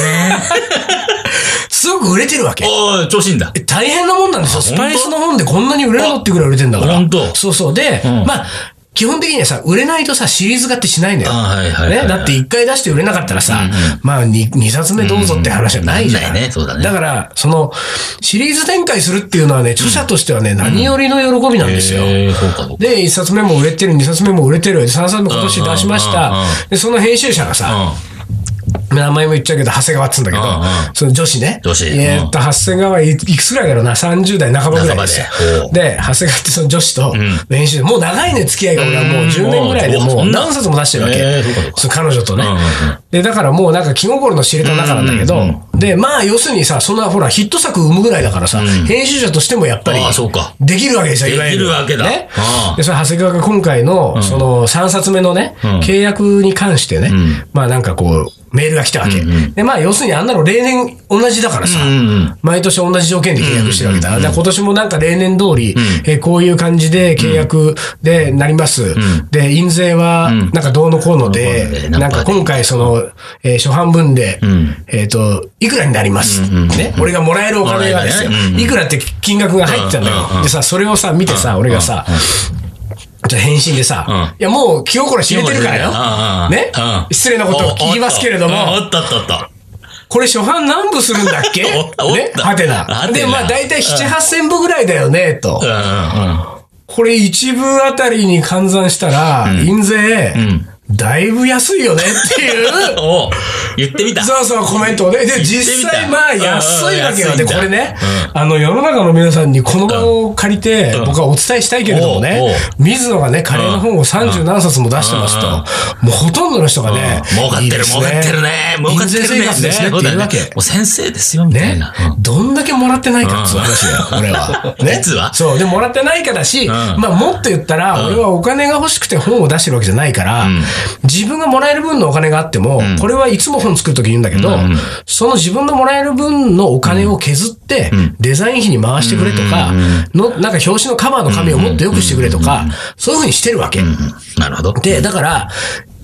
Speaker 1: すごく売れてるわけ。
Speaker 2: おー、調子いいんだ。
Speaker 1: 大変なもんなんですよ。
Speaker 2: あ
Speaker 1: スパイスの本でこんなに売れるのってぐらい売れてんだから。
Speaker 2: あ本当
Speaker 1: そうそう。で、
Speaker 2: ん
Speaker 1: まあ、基本的にはさ、売れないとさ、シリーズ化ってしないのよ。
Speaker 2: あはいはいはいはい
Speaker 1: ね。だって一回出して売れなかったらさ、まあ2、二冊目どうぞって話はないじゃん。
Speaker 2: うんないねそうだね
Speaker 1: から、その、シリーズ展開するっていうのはね、著者としてはね、何よりの喜びなんですよ。
Speaker 2: えー、そうかそうか。
Speaker 1: で、一冊目も売れてる、二冊目も売れてる、三冊目今年出しまし
Speaker 2: うんうん
Speaker 1: た
Speaker 2: うんう。
Speaker 1: で、その編集者がさ、
Speaker 2: う
Speaker 1: 名前も言っちゃうけど、長谷川っつうんだけど、
Speaker 2: うんうん
Speaker 1: その女子ね。
Speaker 2: 女子
Speaker 1: えーっと、長谷川いいくつぐらいだろうな、30代半ばぐらいですよ
Speaker 2: 半ばで。ほう
Speaker 1: で、長谷川ってその女子と練習で、もう長いね、付き合いが俺はもう10年ぐらいで
Speaker 2: うん
Speaker 1: も
Speaker 2: そうんな
Speaker 1: 何冊も出してるわけ。
Speaker 2: えーそうかそうか
Speaker 1: その彼女とね、
Speaker 2: うんうんうん
Speaker 1: で、だからもうなんか気心の知れた仲なんだけど、
Speaker 2: うんうん
Speaker 1: で、まあ要するにさ、そんなほらヒット作生むぐらいだからさ、編集者としてもやっぱり
Speaker 2: あーそうか、
Speaker 1: できるわけですよ、いわゆる。
Speaker 2: できるわけだ
Speaker 1: ね
Speaker 2: あー
Speaker 1: で、それ長谷川が今回の、その3冊目のね、
Speaker 2: ん
Speaker 1: 契約に関してね、
Speaker 2: ん
Speaker 1: まあなんかこう、メールが来たわけ。で、まあ要するにあんなの例年同じだからさ、
Speaker 2: んうんうん。
Speaker 1: 毎年同じ条件で契約してるわけだから、だから今年もなんか例年通り、えーこういう感じで契約でなります。で、印税は、なんかどうのこうの
Speaker 2: どうのこう
Speaker 1: で、
Speaker 2: ので何
Speaker 1: なんか今回その、えー初版分で、
Speaker 2: ん
Speaker 1: えっと、いくらになります。ね。俺がもらえるお金がですよ
Speaker 2: もらえるねうん。うん
Speaker 1: いくらって金額が入ってたんだ
Speaker 2: うんうんう
Speaker 1: よ。
Speaker 2: ん
Speaker 1: でさ、それをさ、見てさ、俺がさ、じゃあ返信でさ、
Speaker 2: う
Speaker 1: いやもう気心知れてるから
Speaker 2: うんうんう
Speaker 1: よ。
Speaker 2: ん
Speaker 1: ね
Speaker 2: うん
Speaker 1: 失礼なことを聞きますけれども、
Speaker 2: おおっとおっとおっとおっと。
Speaker 1: これ初版何部するんだっけ
Speaker 2: おったおった
Speaker 1: ねはてな
Speaker 2: は。て
Speaker 1: で、
Speaker 2: な
Speaker 1: まあ大体7、8千部ぐらいだよね、と
Speaker 2: う。んうん
Speaker 1: これ一部あたりに換算したら、印税、だいぶ安いよねっていう。
Speaker 2: うん。お言ってみた。
Speaker 1: そうそう、コメントをね。で、
Speaker 2: み
Speaker 1: 実
Speaker 2: た
Speaker 1: 際、まあ、安いわけ
Speaker 2: うん
Speaker 1: よ。
Speaker 2: うん
Speaker 1: で、
Speaker 2: 安いん
Speaker 1: こ
Speaker 2: だ
Speaker 1: れね、
Speaker 2: う
Speaker 1: あの、世の中の皆さんにこの場を借りて
Speaker 2: う、ん
Speaker 1: 僕はお伝えしたいけれども
Speaker 2: おう
Speaker 1: ね、水野がね、カレーの本を30何冊も出してますと、
Speaker 2: うん
Speaker 1: もうほとんどの人がね、
Speaker 2: 儲かっ
Speaker 1: いい
Speaker 2: て
Speaker 1: で
Speaker 2: る、
Speaker 1: す
Speaker 2: 儲かってるね。儲かってるね。
Speaker 1: 印税生活ですね
Speaker 2: そ
Speaker 1: っ
Speaker 2: うだ
Speaker 1: ていうわけ
Speaker 2: もう先生ですよ、みたい
Speaker 1: ね
Speaker 2: な。うん、
Speaker 1: どんだけもらってないかっつう話だよ、俺 は。ね。
Speaker 2: 実は
Speaker 1: そう。で、もらってないかだし、
Speaker 2: ん
Speaker 1: まあ、もっと言ったら、俺はお金が欲しくて本を出してるわけじゃないから、自分がもらえる分のお金があっても、これはいつも本作るとき言うんだけど、その自分のもらえる分のお金を削って、デザイン費に回してくれとか、の、なんか表紙のカバーの紙をもっと良くしてくれとか、そういうふうにしてるわけ。
Speaker 2: なるほど。
Speaker 1: で、だから、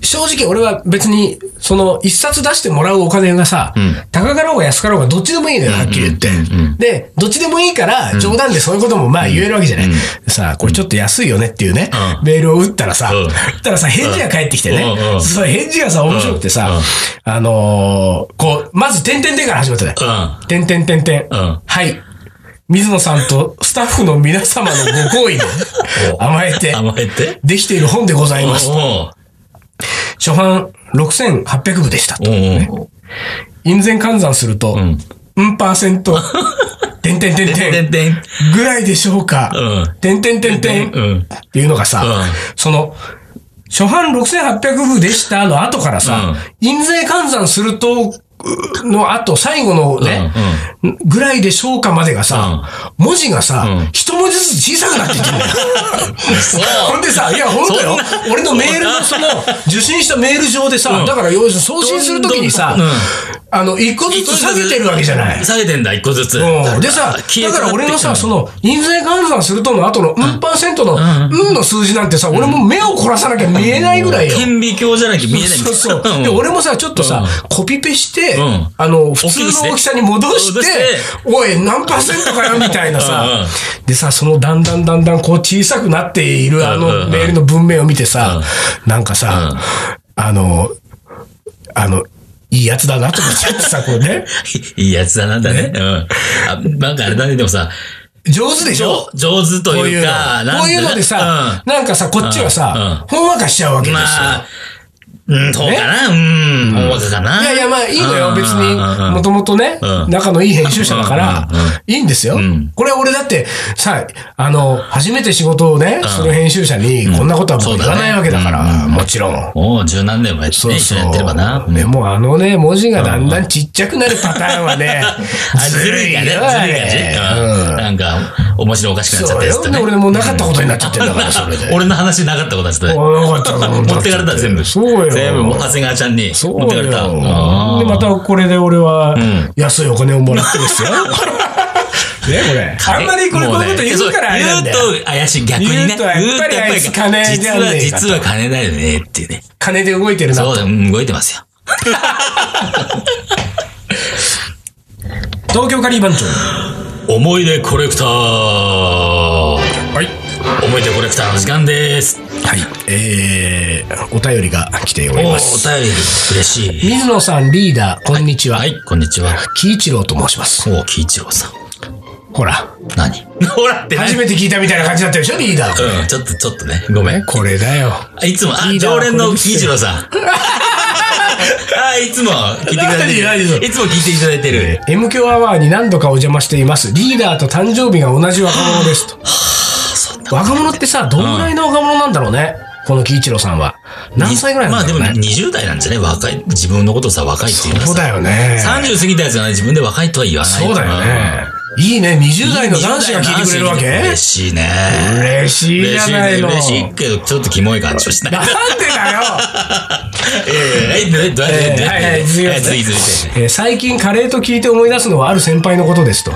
Speaker 1: 正直俺は別に、その、一冊出してもらうお金がさ、高かろうが安かろうがどっちでもいいのよ、はっきり言って。で、どっちでもいいから、冗談でそういうこともまあ言えるわけじゃない。さあ、これちょっと安いよねっていうね、
Speaker 2: うん
Speaker 1: メールを打ったらさ、
Speaker 2: うん
Speaker 1: 打ったらさ、返事が返ってきてね、
Speaker 2: うんうん
Speaker 1: その返事がさ、面白くてさ、あのーこう、まず点々点から始まったね。
Speaker 2: うん。
Speaker 1: 点々点々。
Speaker 2: うん
Speaker 1: はい。水野さんとスタッフの皆様のご好 意に甘えて、
Speaker 2: 甘えて。
Speaker 1: できている本でござい
Speaker 2: お
Speaker 1: ます。
Speaker 2: お
Speaker 1: 初版6800部でしたと。
Speaker 2: おお
Speaker 1: 印税換算すると、
Speaker 2: ん
Speaker 1: うん、パーセント、てんてんてん
Speaker 2: てんて
Speaker 1: てん
Speaker 2: ん、てん。
Speaker 1: ぐらいでしょうか
Speaker 2: うん。
Speaker 1: てんてんてんてん、っ
Speaker 2: うん。
Speaker 1: ていうのがさ
Speaker 2: うん、
Speaker 1: その、初版6800部でしたの後からさ、印税換算すると、うの後、最後のね、ぐらいでしょうかまでがさ、文字がさ、
Speaker 2: うん
Speaker 1: 一文字ずつ小さくなっていってんだよ。
Speaker 2: そう。
Speaker 1: ほんで さ、いや、ほんとよ。俺のメールのその、受信したメール上でさ、だから、要するに送信するときにさ
Speaker 2: うん、
Speaker 1: あの、一個ずつ下げてるわけじゃない。
Speaker 2: 下げてんだ、一個ずつ。
Speaker 1: うんでさ、だから俺のさ、そ、の、印税換算するとの後の、うん、パーセントの、うんの数字なんてさ、俺も目を凝らさなきゃ見えないぐらいよ。
Speaker 2: 顕微鏡じゃなきゃ見えないんだ
Speaker 1: そうそう。 で、
Speaker 2: ん
Speaker 1: 俺もさ、ちょっとさ、コピペして、
Speaker 2: うん
Speaker 1: あの、普通の大きさに戻して、
Speaker 2: 戻して
Speaker 1: おい、何パーセントかよ、みたいなさ、
Speaker 2: うんうん
Speaker 1: でさ、そのだんだんだんだんこう小さくなっているあ
Speaker 2: うんうんう
Speaker 1: の
Speaker 2: ん
Speaker 1: メールの文面を見てさ、なんかさ、あの、あの、いいやつだなと思っちゃってさ、こう ね。
Speaker 2: いいやつだなんだね。うん。あなんかあれだね、でもさ、
Speaker 1: 上手でしょ
Speaker 2: 上上手と
Speaker 1: こう
Speaker 2: い
Speaker 1: いう
Speaker 2: う
Speaker 1: の
Speaker 2: か、。
Speaker 1: こういうので
Speaker 2: なん
Speaker 1: さ
Speaker 2: て、ね
Speaker 1: なんかさ、こっちはさ、ほんわかしちゃうわけ
Speaker 2: うん
Speaker 1: です
Speaker 2: ま
Speaker 1: よ。
Speaker 2: あ、うん、そうかな、うん、思うかな。
Speaker 1: いやいや、まあいいの
Speaker 2: う
Speaker 1: よ。
Speaker 2: ん
Speaker 1: 別に、もともとね
Speaker 2: う、ん
Speaker 1: 仲のいい編集者だから
Speaker 2: うんうんうん、
Speaker 1: いいんですよ
Speaker 2: ん。
Speaker 1: これ俺だって、さ、あの、初めて仕事をね、する編集者に、こんなことは僕言わないわけだか
Speaker 2: そうだね
Speaker 1: ら、もちろん。
Speaker 2: もう十何年もやってね、一緒にやってればな。
Speaker 1: ね、もうあのね、文字がだんだんちっちゃくなるパターンはね、
Speaker 2: あずるいがね、ずるい
Speaker 1: わ
Speaker 2: がね。うん
Speaker 1: うん
Speaker 2: なんか、面白おかしくなっちゃっ
Speaker 1: そう
Speaker 2: たやつ
Speaker 1: よ。
Speaker 2: と
Speaker 1: で、
Speaker 2: ね。
Speaker 1: 俺もうなかったことになっちゃってるんだから、それで。
Speaker 2: 俺の話なかったことですね。
Speaker 1: あなかったな
Speaker 2: 持ってかれた、全部。
Speaker 1: そうよ。
Speaker 2: 全部、もう長谷川ちゃんに
Speaker 1: そう
Speaker 2: 持
Speaker 1: よ。
Speaker 2: ってかれた。あー
Speaker 1: で、またこれで俺は
Speaker 2: ん、
Speaker 1: 安いお金をもらってですよ。 ね、これ。あんまりこれこういうこと言うからあれなんだよ。
Speaker 2: 言うと怪しい、逆にね。
Speaker 1: 言うとやっぱりあいつ金じ
Speaker 2: 実
Speaker 1: ゃね
Speaker 2: は、
Speaker 1: えかと
Speaker 2: 実は金だよね、っていうね。
Speaker 1: 金で動いてるな。
Speaker 2: そうだ、うん動いてますよ。
Speaker 1: 東京カリー番長。
Speaker 2: 思い出コレクター
Speaker 1: はい。
Speaker 2: 思い出コレクターの時間です。
Speaker 1: はい。えー、お便りが来てお
Speaker 2: お
Speaker 1: り
Speaker 2: お
Speaker 1: ます。
Speaker 2: 便り、嬉しい。
Speaker 1: 水野さんリーダー、こんにちは。
Speaker 2: はい、こんにちは。
Speaker 1: 喜一郎と申します。
Speaker 2: おう、喜一郎さん。
Speaker 1: ほら、
Speaker 2: 何 ほらって何
Speaker 1: 初めて聞いたみたいな感じだったでしょ、リーダー。
Speaker 2: うん、ちょっと、ちょっとね。ごめん。
Speaker 1: これだよ。
Speaker 2: あいつも、あ、
Speaker 1: リーダー
Speaker 2: 常連
Speaker 1: こ
Speaker 2: の
Speaker 1: れです
Speaker 2: 喜
Speaker 1: よ
Speaker 2: 一郎さん。 あ、いつも聞いてくださっ
Speaker 1: 何
Speaker 2: て
Speaker 1: 何
Speaker 2: る。いつも聞いていただいてる。
Speaker 1: M 響アワーに何度かお邪魔しています。リーダーと誕生日が同じ若者ですと。若者ってさ、どのぐらいの若者なんだろうね。この喜一郎さんは。何歳ぐらい
Speaker 2: ま
Speaker 1: な
Speaker 2: あ
Speaker 1: んだ
Speaker 2: で
Speaker 1: ろ
Speaker 2: も
Speaker 1: うね。
Speaker 2: 20代なんじゃね若い。自分のことをさ、若いっていうのは
Speaker 1: そう
Speaker 2: さ。
Speaker 1: だよね。
Speaker 2: 30過ぎたやつがね、自分で若いとは言わない。
Speaker 1: そうだよね。いいね。20代の男子が聞いてくれるわけ
Speaker 2: 20代の男子が聞いてくれる嬉しいね。
Speaker 1: 嬉しいじゃないの。
Speaker 2: 嬉しいね嬉しいけど、ちょっとキモい感じはしない。
Speaker 1: なんでだよ、
Speaker 2: ええ、ええ、どうやって、どう
Speaker 1: えー
Speaker 2: やっ
Speaker 1: は
Speaker 2: て
Speaker 1: いはい、次
Speaker 2: ええ続いて、続いて。
Speaker 1: えー最近カレーと聞いて思い出すのはある先輩のことですと。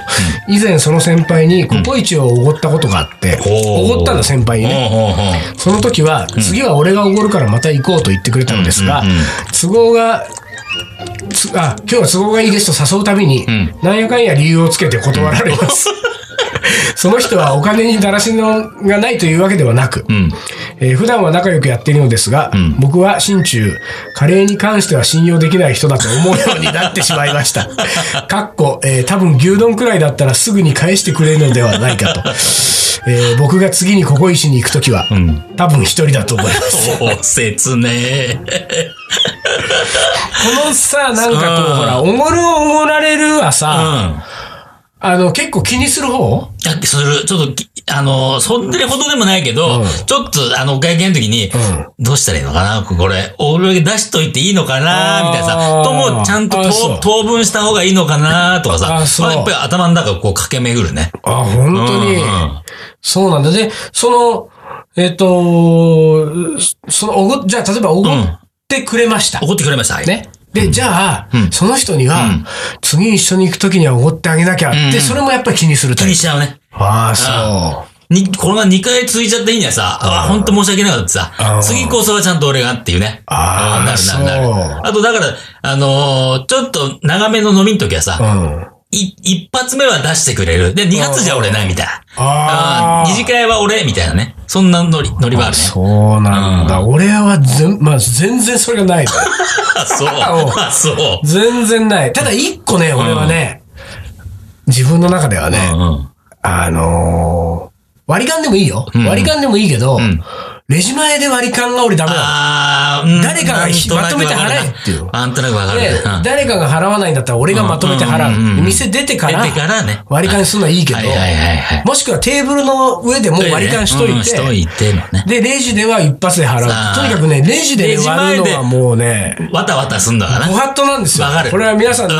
Speaker 1: 以前その先輩にココイチをおごったことがあって、おごったんだ先輩にね。
Speaker 2: ほうほうほう。
Speaker 1: その時は、次は俺がおごるからまた行こうと言ってくれたのですが、都合が、つあ、今日は都合がいいですと誘うたびに、なんやかんや理由をつけて断られ ます。その人はお金にだらしのがないというわけではなく、えー普段は仲良くやっているのですが、僕は心中、カレーに関しては信用できない人だと思うようになってしまいま した。かっこ、えー多分牛丼くらいだったらすぐに返してくれるのではないかと。えー僕が次にココイチに行くときは、多分一人だと思います。
Speaker 2: お説明。
Speaker 1: このさ、なんかこう、
Speaker 2: うん
Speaker 1: ほら、おごるおごられるは
Speaker 2: うん。
Speaker 1: さ、
Speaker 2: だ
Speaker 1: あの、結構気にする方
Speaker 2: って、それ、ちょっとき、あの、そんなにほどでもないけど、
Speaker 1: うん
Speaker 2: ちょっと、あの、お会計の時に、
Speaker 1: ん
Speaker 2: どうしたらいいのかなこれ、おる出しといていいのかなみたいな
Speaker 1: あー
Speaker 2: さ、とも、ちゃんと
Speaker 1: あそう
Speaker 2: 当当分した方がいいのかなとかさ、
Speaker 1: あそう
Speaker 2: まやっぱり頭の中をこう駆け巡るね。
Speaker 1: あ、本当に。
Speaker 2: うんうん
Speaker 1: そうなんだ。で、その、えっ、と、その、おご、じゃあ、例えば、おごってくれました。
Speaker 2: 怒ってくれました。はい。
Speaker 1: ね。で、じゃあ、その人には、次一緒に行くときにはおごってあげなきゃって、それもやっぱり気にする
Speaker 2: 気
Speaker 1: タイ
Speaker 2: に
Speaker 1: プ。
Speaker 2: しちゃうね。
Speaker 1: ああ、そ
Speaker 2: に、これが2回続いちゃっていいんやさ、あ、ほんと申し訳なかったさ
Speaker 1: う、ん
Speaker 2: 次こそはちゃんと俺がっていうね。
Speaker 1: あー
Speaker 2: うんなるなるな
Speaker 1: そう
Speaker 2: る。あとだから、あのーちょっと長めの飲みの時は
Speaker 1: う。う
Speaker 2: さ、
Speaker 1: ん。
Speaker 2: い一発目は出してくれる。で、二発じゃ俺ないみたいな。
Speaker 1: あー
Speaker 2: ー二次会は俺みたいなね。そんなノリ、ノリはあるね。
Speaker 1: そうなんだ。俺は全、まあ、全然それがない。
Speaker 2: あ、そう。
Speaker 1: ん
Speaker 2: あ、そう。
Speaker 1: 全然ない。ただ一個ね、俺はね、自分の中ではね、
Speaker 2: うん。
Speaker 1: あのー割り勘でもいいよ。割り勘でもいいけど、レジ前で割り勘が俺ダメな
Speaker 2: あー、うん
Speaker 1: 誰かがひ
Speaker 2: なんなくわかるな
Speaker 1: まとめて払えっていう
Speaker 2: あんたらがわ
Speaker 1: の。
Speaker 2: かるね。
Speaker 1: で
Speaker 2: うん、
Speaker 1: 誰かが払わないんだったら俺がまとめて払
Speaker 2: うんうんうんうん
Speaker 1: う。で店出てから
Speaker 2: 出てからね、
Speaker 1: 割り勘するのはいいけど
Speaker 2: はいはいはいはい、
Speaker 1: もしくはテーブルの上でもう割り勘しと
Speaker 2: うんしと
Speaker 1: い
Speaker 2: い
Speaker 1: て、
Speaker 2: てのね。
Speaker 1: で、レジでは一発で払う。とに
Speaker 2: さあ
Speaker 1: かくね、レジでね割るのはもうね、
Speaker 2: わたわたすんだから
Speaker 1: ご
Speaker 2: な。
Speaker 1: 法度なんですよ
Speaker 2: わかる。
Speaker 1: これは皆さんね、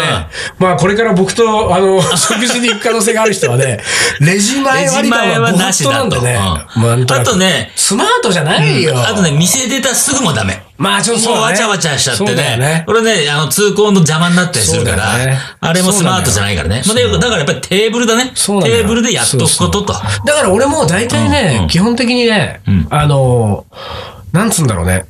Speaker 1: まあこれから僕と、あの、 食事に行く可能性がある人はね、レジ前
Speaker 2: レジ
Speaker 1: 割り
Speaker 2: 前
Speaker 1: 勘
Speaker 2: は
Speaker 1: はご
Speaker 2: なし
Speaker 1: 法度
Speaker 2: だ
Speaker 1: なん
Speaker 2: と。
Speaker 1: でね。
Speaker 2: うん
Speaker 1: まあなんとな
Speaker 2: あ
Speaker 1: く
Speaker 2: とね、
Speaker 1: スマートじゃないよ。
Speaker 2: あとね、店出たすぐもダメ。
Speaker 1: まあちょっとそう
Speaker 2: もう
Speaker 1: だね
Speaker 2: わちゃわちゃしちゃっ
Speaker 1: そ
Speaker 2: て
Speaker 1: うだよ
Speaker 2: ね。
Speaker 1: ね
Speaker 2: これね、あの、通行の邪魔になったりするから、
Speaker 1: そうだよね
Speaker 2: あれもスマートじゃないからね。まあ、でだからやっぱりテーブルだね。
Speaker 1: そうなのよ
Speaker 2: テーブルでやっとくことと。
Speaker 1: だから俺も大体ね、
Speaker 2: うんうん
Speaker 1: 基本的にね、
Speaker 2: ん
Speaker 1: あのーなんつうんだろうね。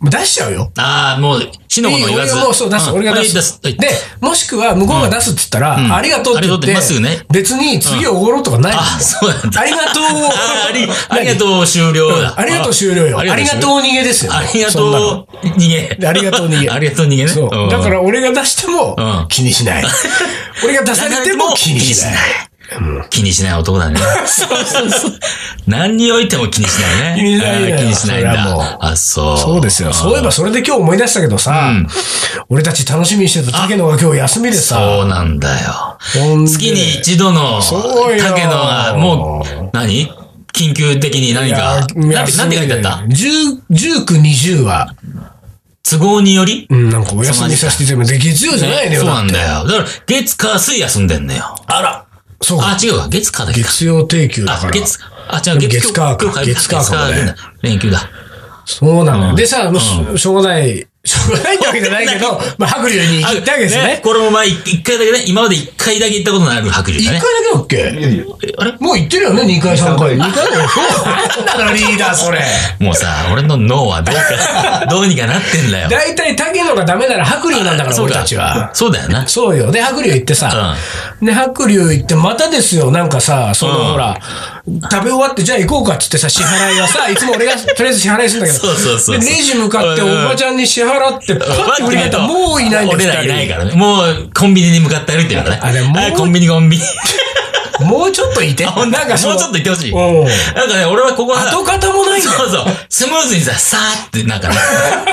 Speaker 1: もう出しちゃうよ。
Speaker 2: ああ、もう、死のもの言わず。
Speaker 1: いい俺がもうそう出す、
Speaker 2: ん
Speaker 1: 俺が出す。
Speaker 2: はい
Speaker 1: で、もしくは向こうが出すっつったら、
Speaker 2: んうん
Speaker 1: ありがとうって言って、
Speaker 2: ありがとうってまっすぐね
Speaker 1: 別に次おごろうとかない、
Speaker 2: あ、そうなんだ。
Speaker 1: ありがとう
Speaker 2: あありありがとう終了だ。
Speaker 1: ありがとう終了よ。ありがとう逃げですよ。
Speaker 2: ありが
Speaker 1: そんなの
Speaker 2: とう逃げ。
Speaker 1: ありがとう逃げ。
Speaker 2: ありがとう逃げね。
Speaker 1: そう。
Speaker 2: ん
Speaker 1: だから俺が出しても
Speaker 2: うん
Speaker 1: 気にし ない。俺が出されても気にしない。
Speaker 2: い。気にしない男 だね。そうそうそう。何においても気にしないね。
Speaker 1: 気にしないんだよ
Speaker 2: あー気にしないん
Speaker 1: それはもう
Speaker 2: だ。あ、そう。
Speaker 1: そうですよ。そういえばそれで今日思い出したけどさ、
Speaker 2: うん
Speaker 1: 俺たち楽しみにしてた竹野が今日休みで
Speaker 2: そ
Speaker 1: さ、
Speaker 2: うなんだよ。
Speaker 1: ほんで
Speaker 2: 月に一度の
Speaker 1: そうよ
Speaker 2: 竹野が、もう、何緊急的に何か。
Speaker 1: いや
Speaker 2: なんて、なんて書いてあった
Speaker 1: 10 ?19、20は、
Speaker 2: 都合により
Speaker 1: うん、なんかお休みさせていただいて、月曜じゃないのよ。
Speaker 2: そうなん
Speaker 1: だって
Speaker 2: だよ。だから、月、火、水休んでんのよ。
Speaker 1: あら、そうか
Speaker 2: あ、違うか。月、火だけか。
Speaker 1: 月曜定休だか
Speaker 2: あ、
Speaker 1: ら。
Speaker 2: 月、あ、違う、
Speaker 1: でも月火か
Speaker 2: 今日今日
Speaker 1: 月火か
Speaker 2: 月
Speaker 1: これ
Speaker 2: だ連休だ。
Speaker 1: そうなのよ。でさ、もう
Speaker 2: う
Speaker 1: ししょうがない、 しょうがないってわけじゃ ないけど、まあ、白龍に行ったわけですよね。
Speaker 2: これも前、一回だけね、今まで一回だけ行ったことのある白
Speaker 1: 一
Speaker 2: 龍だ
Speaker 1: 回だ
Speaker 2: ね。
Speaker 1: けだっ
Speaker 3: い
Speaker 1: け
Speaker 3: やいや
Speaker 2: あれ
Speaker 1: もう行ってるよね、二回、三 回。二回だよ。 そうなんだろ、リーダー、それ。
Speaker 2: もうさ、俺の脳はど うか、どうにかなってんだよ。
Speaker 1: 大体、竹野がダメなら白龍なんだから、
Speaker 2: そう
Speaker 1: 俺
Speaker 2: か
Speaker 1: たちは。
Speaker 2: そうだよな。
Speaker 1: そうよ。で、白龍行ってさ、で、白龍行って、またですよ、なんかさ、その、
Speaker 2: うん
Speaker 1: ほら、食べ終わって、じゃあ行こうかっつってさ、支払いが さ、いつも俺が、とりあえず支払いするんだけど、
Speaker 2: そうそうそうそう
Speaker 1: でレジ向かって、おばちゃんに支払って、パッて振り返ったら、もういないんだよ
Speaker 2: 俺ら
Speaker 1: 二
Speaker 2: い
Speaker 1: 人
Speaker 2: ないからね。もう、コンビニに向かって歩いてるからね。
Speaker 1: あれもう
Speaker 2: コンビニ、コンビニ。
Speaker 1: もうちょっと いて。
Speaker 2: ほんと
Speaker 1: なんかその
Speaker 2: もうちょっと行ってほしい。
Speaker 1: うん
Speaker 2: なんかね、俺はここは、
Speaker 1: 跡形もないんだよ
Speaker 2: そうそう。スムーズにさ、さーって、なんかね、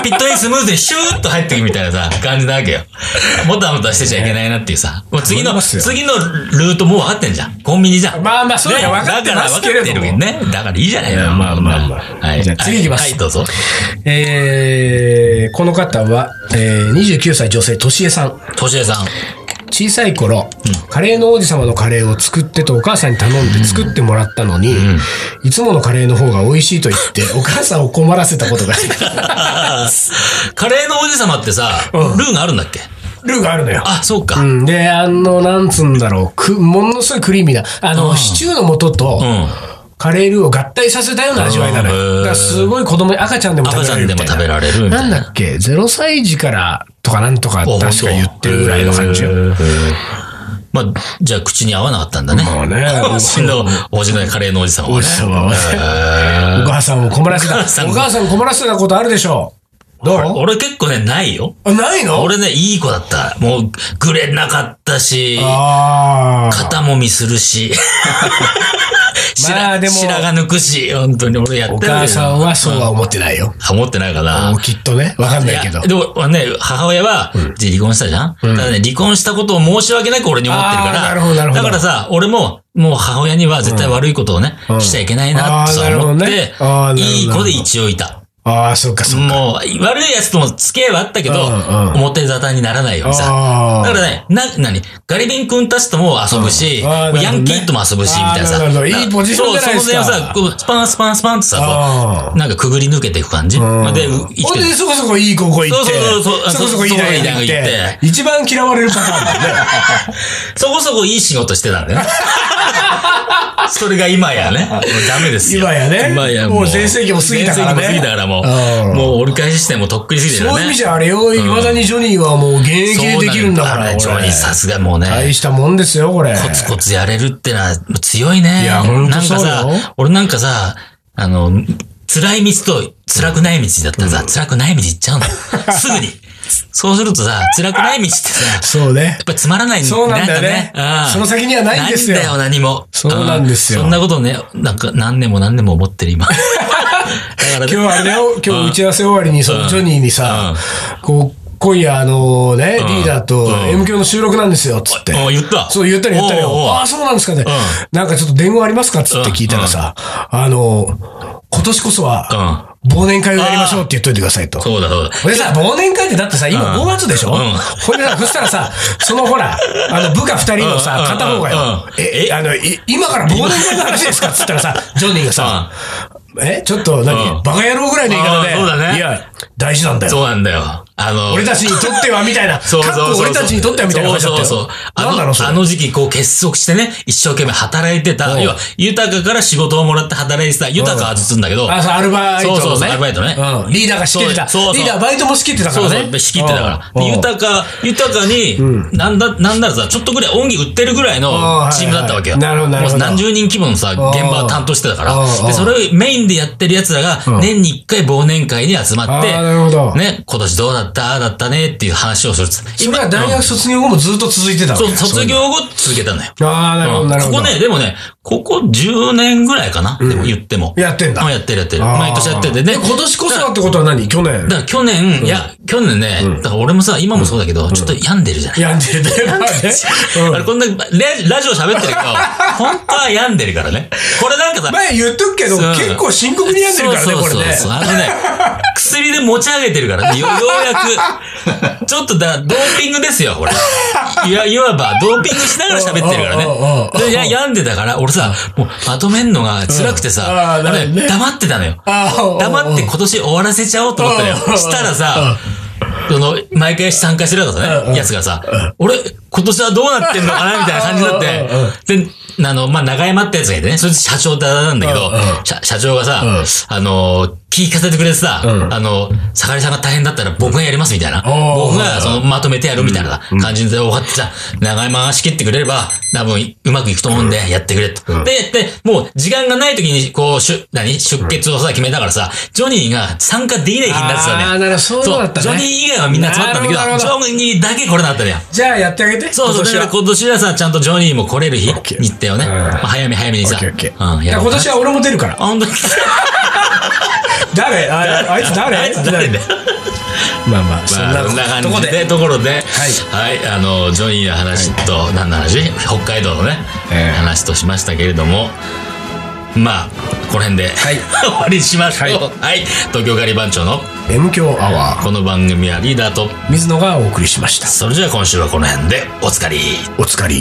Speaker 2: ピットにスムーズにシューッと入っていくみたいなさ、感じなわけよ。もたもたしてちゃいけないなっていうさ。もう次
Speaker 1: 思い
Speaker 2: の、
Speaker 1: ますよ
Speaker 2: 次のルートもう分かってんじゃん。コンビニじゃん。
Speaker 1: まあまあそうだよ分かってますけれども
Speaker 2: ねだから分かってるね。だからいいじゃない
Speaker 1: い
Speaker 2: の。
Speaker 1: やまあまあまあ
Speaker 2: はい。
Speaker 1: じゃあ次行きます
Speaker 2: はい、どうぞ。
Speaker 1: えー、この方は、えー、29歳女性、としえさん。
Speaker 2: としえさん。
Speaker 1: 小さい頃、カレーの王子様のカレーを作ってとお母さんに頼んで作ってもらったのに、いつものカレーの方が美味しいと言 って、お母さんを困らせたことがあ
Speaker 2: カレーのおじさまってさ、
Speaker 1: うん
Speaker 2: ルーがあるんだっけ
Speaker 1: る。ルーがあるのよ。
Speaker 2: あ、そうか。
Speaker 1: うん、で、あの、なんつうんだろう、く、ものすごいクリーミーな、あの、シチューの素と、
Speaker 2: うん
Speaker 1: カレールーを合体させたような味わいなのよ。
Speaker 2: うんへー
Speaker 1: だからすごい子供に赤ちゃんでも食
Speaker 2: 赤
Speaker 1: べ
Speaker 2: ち
Speaker 1: ら
Speaker 2: ゃ
Speaker 1: れる
Speaker 2: んで
Speaker 1: みた
Speaker 2: も
Speaker 1: いな。
Speaker 2: 食べられるみた
Speaker 1: ないん
Speaker 2: な。
Speaker 1: だっけ ?0 歳児からとかなんとか確か言ってるぐらいの感じ
Speaker 2: へ
Speaker 1: よ。
Speaker 2: ーまあ、じゃあ口に合わなかったんだね。
Speaker 1: まあね
Speaker 2: おじの、おじのカレーのおじさんは
Speaker 1: お
Speaker 2: ね。
Speaker 1: 母さんを困らせた。お
Speaker 2: お母さ
Speaker 1: 母さ
Speaker 2: んも
Speaker 1: んを困らせたことあるでしょうどう
Speaker 2: 俺結構ね、ないよ。
Speaker 1: あないの
Speaker 2: 俺ね、いい子だった。もう、ぐれなかったし、
Speaker 1: ああ。
Speaker 2: 肩もみするし。白
Speaker 1: まあでも
Speaker 2: 白髪抜くし、本当に俺やって
Speaker 1: お
Speaker 2: るけど
Speaker 1: 母さんはそうは思ってないよ。
Speaker 2: ハモってないか
Speaker 1: も
Speaker 2: な
Speaker 1: う。きっとね。わかんないけど
Speaker 2: や。でもね、母親は、じゃあ離婚したじゃん、ただね、離婚したことを申し訳なく俺に思ってるから。
Speaker 1: あーなるほどなるほど
Speaker 2: だからさ、俺も、もう母親には絶対悪いことをね、
Speaker 1: うん
Speaker 2: しちゃいけないなって
Speaker 1: あー
Speaker 2: そう
Speaker 1: なるほど
Speaker 2: 思っ
Speaker 1: ね
Speaker 2: て、
Speaker 1: あーなるほど
Speaker 2: いい子で一応いた。
Speaker 1: ああ、そうかそうか。
Speaker 2: もう、悪い奴とも付き合いはあったけど、
Speaker 1: うんうん
Speaker 2: 表沙汰にならないようにさ。
Speaker 1: あ
Speaker 2: だ
Speaker 1: あ。
Speaker 2: からね、な、なに、ガリビン君たちとも遊ぶし、
Speaker 1: うんあーなるほどね
Speaker 2: ヤンキーとも遊ぶし、みたいな
Speaker 1: あー
Speaker 2: さ。
Speaker 1: なるほどいいポジションじゃないですか
Speaker 2: そうその辺をさ、こうスパンスパンスパンってさ、
Speaker 1: あ
Speaker 2: こうなんかくぐり抜けていく感じ。
Speaker 1: うん
Speaker 2: で、う
Speaker 1: ほんで、そこそこいい高校行って、
Speaker 2: そうそうそう
Speaker 1: そこそこいい大学行っ
Speaker 2: そうそういい大学行
Speaker 1: て
Speaker 2: っ、
Speaker 1: 一番嫌われるパターンだよ ね。
Speaker 2: そこそこいい仕事してたんだよね。 それが今やね。もうダメですよ。
Speaker 1: 今やね
Speaker 2: 今や
Speaker 1: もう全盛期も過ぎたからね
Speaker 2: 全盛期も過ぎたからも
Speaker 1: うん
Speaker 2: う。もう折り返ししてもうとっくに過ぎてる
Speaker 1: そう
Speaker 2: ね。
Speaker 1: いう意味じゃあれよ、いまだにジョニーはもう現役でできるんだから。
Speaker 2: そうなんねジョ
Speaker 1: これ
Speaker 2: ニーさすがもうね。
Speaker 1: 大したもんですよ、これ。
Speaker 2: コツコツやれるってのは強いね。
Speaker 1: いやほんと
Speaker 2: なん
Speaker 1: そ
Speaker 2: か
Speaker 1: うよ
Speaker 2: さ、俺なんかさ、あの、辛い道と辛くない道だったらさ、辛くない道行っちゃ うの。すぐに。そうするとさ、辛くない道ってさ、
Speaker 1: そうね
Speaker 2: やっ。ぱりつまらないんだ
Speaker 1: そうなんだよね
Speaker 2: なんか
Speaker 1: その先にはないんですよ
Speaker 2: ないんだよ、何も。
Speaker 1: そうなんですよ
Speaker 2: うそんなことね、なんか何年も何年も思って る今。だからね
Speaker 1: 今日あれだよ、今
Speaker 2: うん
Speaker 1: 日打ち合わせ終わりに、そのジョニーにさ、こう、今夜あのね、
Speaker 2: うん
Speaker 1: リーダーと
Speaker 2: うん
Speaker 1: M 響の収録なんですよ、つって。
Speaker 2: おお言った
Speaker 1: そう、言ったら言ったらよ
Speaker 2: おうおう
Speaker 1: ああ、そうなんですかね。なんかちょっと伝言ありますかつって聞いたらさ、あの、今年こそは、忘年会をやりましょうって言っといてくださいと。
Speaker 2: そうだそうだ。
Speaker 1: 俺さ、忘年会ってだってさ、今
Speaker 2: う
Speaker 1: 5
Speaker 2: ん
Speaker 1: 月でしょ、
Speaker 2: うん
Speaker 1: ほんでさ、そしたらさ、そのほら、あの、部下二人の
Speaker 2: うん
Speaker 1: さ
Speaker 2: う、ん
Speaker 1: 片方がよ、
Speaker 2: うん
Speaker 1: え、あの、い今から忘年会の話ですかっつったらさ、ジョニーがさ、えちょっと何、
Speaker 2: うん
Speaker 1: バカ野郎ぐらいの言い方で。
Speaker 2: あーそうだね
Speaker 1: いや、大事なんだ
Speaker 2: そう
Speaker 1: よ。
Speaker 2: なんだよ。あの、
Speaker 1: 俺たちにとってはみたいな。
Speaker 2: そうそうそう
Speaker 1: かっこ
Speaker 2: そう。
Speaker 1: 俺たちにとってはみたいな感じだ
Speaker 2: そ
Speaker 1: っ
Speaker 2: う
Speaker 1: た
Speaker 2: そ
Speaker 1: よ。
Speaker 2: うそう。
Speaker 1: なんだ
Speaker 2: あ
Speaker 1: ろう、そ
Speaker 2: の、
Speaker 1: れ。
Speaker 2: あの時期こう結束してね、一生懸命働いて
Speaker 1: うん
Speaker 2: た。要は、豊かから仕事をもらって働いてた。豊かはずっとんだけど、
Speaker 1: あ、そう、アルバイトのね。
Speaker 2: そうそうそうアルバイトね
Speaker 1: うん。リーダーが仕切ってた。
Speaker 2: そうそうそう
Speaker 1: リーダーバイトも仕切ってたか
Speaker 2: そ
Speaker 1: ら
Speaker 2: う
Speaker 1: ね。
Speaker 2: そう、仕切ってたから。
Speaker 1: うん
Speaker 2: で豊か、豊かに、なんだ、なんだらさ、ちょっとぐらい恩義売ってるぐらい
Speaker 1: んはいは
Speaker 2: の
Speaker 1: い
Speaker 2: チームだったわけよ。
Speaker 1: なるほどなるほど
Speaker 2: もう何十人規模のさ、現場を担当してたか
Speaker 1: うん
Speaker 2: ら。
Speaker 1: うん
Speaker 2: で、それをメインでやってる奴ら
Speaker 1: う
Speaker 2: が
Speaker 1: ん、
Speaker 2: 年に一回忘年会に集まっ
Speaker 1: あーなるほど
Speaker 2: て、ね、今年どうだったああだったねっていう話をするっつって。
Speaker 1: それは大学卒業後もずっと続いてたわ
Speaker 2: そ
Speaker 1: け
Speaker 2: う、
Speaker 1: だ
Speaker 2: 卒。業後続けたのよ。
Speaker 1: ああ、なるほ
Speaker 2: う
Speaker 1: ど、
Speaker 2: ん
Speaker 1: なるほ
Speaker 2: こ
Speaker 1: ど。
Speaker 2: こね、でもね、ここ10年ぐらいかな、でも言っても。
Speaker 1: やってんだ
Speaker 2: もうやってるやってる。
Speaker 1: あー
Speaker 2: 毎年やっててね。
Speaker 1: え今年こそはってことは 何去年
Speaker 2: だ。から去年、いや、去年ね、だから俺もさ、今もそうだけど、ちょっと 病んでるじゃない。
Speaker 1: 病んでるね。まあねうん
Speaker 2: あれこんな、レラジオ喋って るけど、本当は病んでるからね。これなんかさ、
Speaker 1: 前言っとくけど、
Speaker 2: そう
Speaker 1: 結構深刻に病んでるからね、
Speaker 2: そう
Speaker 1: こ
Speaker 2: そう
Speaker 1: れ
Speaker 2: そう
Speaker 1: ね。
Speaker 2: そうあのね、薬で持ち上げてるから ね、よようやく。ちょっとだ、ドーピングですよ、これ。いや、いわば、ドーピングしながら喋ってるから
Speaker 1: おうおうおうおう
Speaker 2: ね。で、いや、病んでたから、俺さ、もう、まとめんのが辛くて
Speaker 1: うんあ
Speaker 2: さ
Speaker 1: あ、なるほ
Speaker 2: 俺
Speaker 1: どね
Speaker 2: ね、黙ってたのよ。
Speaker 1: あーおうおうおう
Speaker 2: 黙って今年終わらせちゃおうと思ったのよ
Speaker 1: うん。
Speaker 2: したらさ、その、毎回参加してる方
Speaker 1: うん
Speaker 2: ね、やつがさ、俺、今年はどうなってんのかなみたいな感じになって、で、あの、まあ、長山ってやつがいてね、そいつ社長だなんだけど
Speaker 1: うんう、
Speaker 2: 社社長がさ
Speaker 1: うん、
Speaker 2: あの、聞かせてくれてさ、
Speaker 1: ん
Speaker 2: あの、坂りさんが大変だったら僕がやりますみたいな。
Speaker 1: おー
Speaker 2: 僕がそのまとめてやるみたいな感じで終わってさ、長山が仕切ってくれれば、多分うまくいくと思うんで、やってくれと。で、で、もう時間がない時に、こう、しゅ、何出血をさ、決めたからさ、ジョニーが参加できない日になってたね。
Speaker 1: あーなるほどそういうのだったね
Speaker 2: そうジョニー以外はみんな集まったんだけど
Speaker 1: なるほどなる、
Speaker 2: ジ
Speaker 1: ほ
Speaker 2: ョニーだけ来れなかったのよ。
Speaker 1: じゃあやってあげて。
Speaker 2: そうそう、だから
Speaker 1: 今
Speaker 2: 今年はさ、ちゃんとジョニーも来れる日、
Speaker 1: ケー
Speaker 2: 日程をね、
Speaker 1: うん
Speaker 2: まあ早め早めにさ、
Speaker 1: 年は。オッケーオッケ
Speaker 2: う
Speaker 1: ー
Speaker 2: ん、
Speaker 1: い
Speaker 2: や
Speaker 1: や
Speaker 2: ろう
Speaker 1: 今年は俺も出るから。
Speaker 2: あ、本当に。
Speaker 1: 誰ああいつ誰
Speaker 2: あいつ誰だよ。
Speaker 1: まあまあ、そん
Speaker 2: まあ、そんな
Speaker 1: な
Speaker 2: 感
Speaker 1: とこ
Speaker 2: じ
Speaker 1: で。
Speaker 2: で、ところで、はい、あの、ジョニーの話と、何の話北海道のね、
Speaker 1: ええ
Speaker 2: 話としましたけれども、まあ、この辺で、
Speaker 1: はい
Speaker 2: 終わりにしましょう。
Speaker 1: は
Speaker 2: はい、東京ガリ番長の
Speaker 1: M 強アワ
Speaker 2: この番組はリーダーと、
Speaker 1: ー、水野がお送りしました。
Speaker 2: それじゃあ今週はこの辺で、おつかり。
Speaker 1: お疲れ。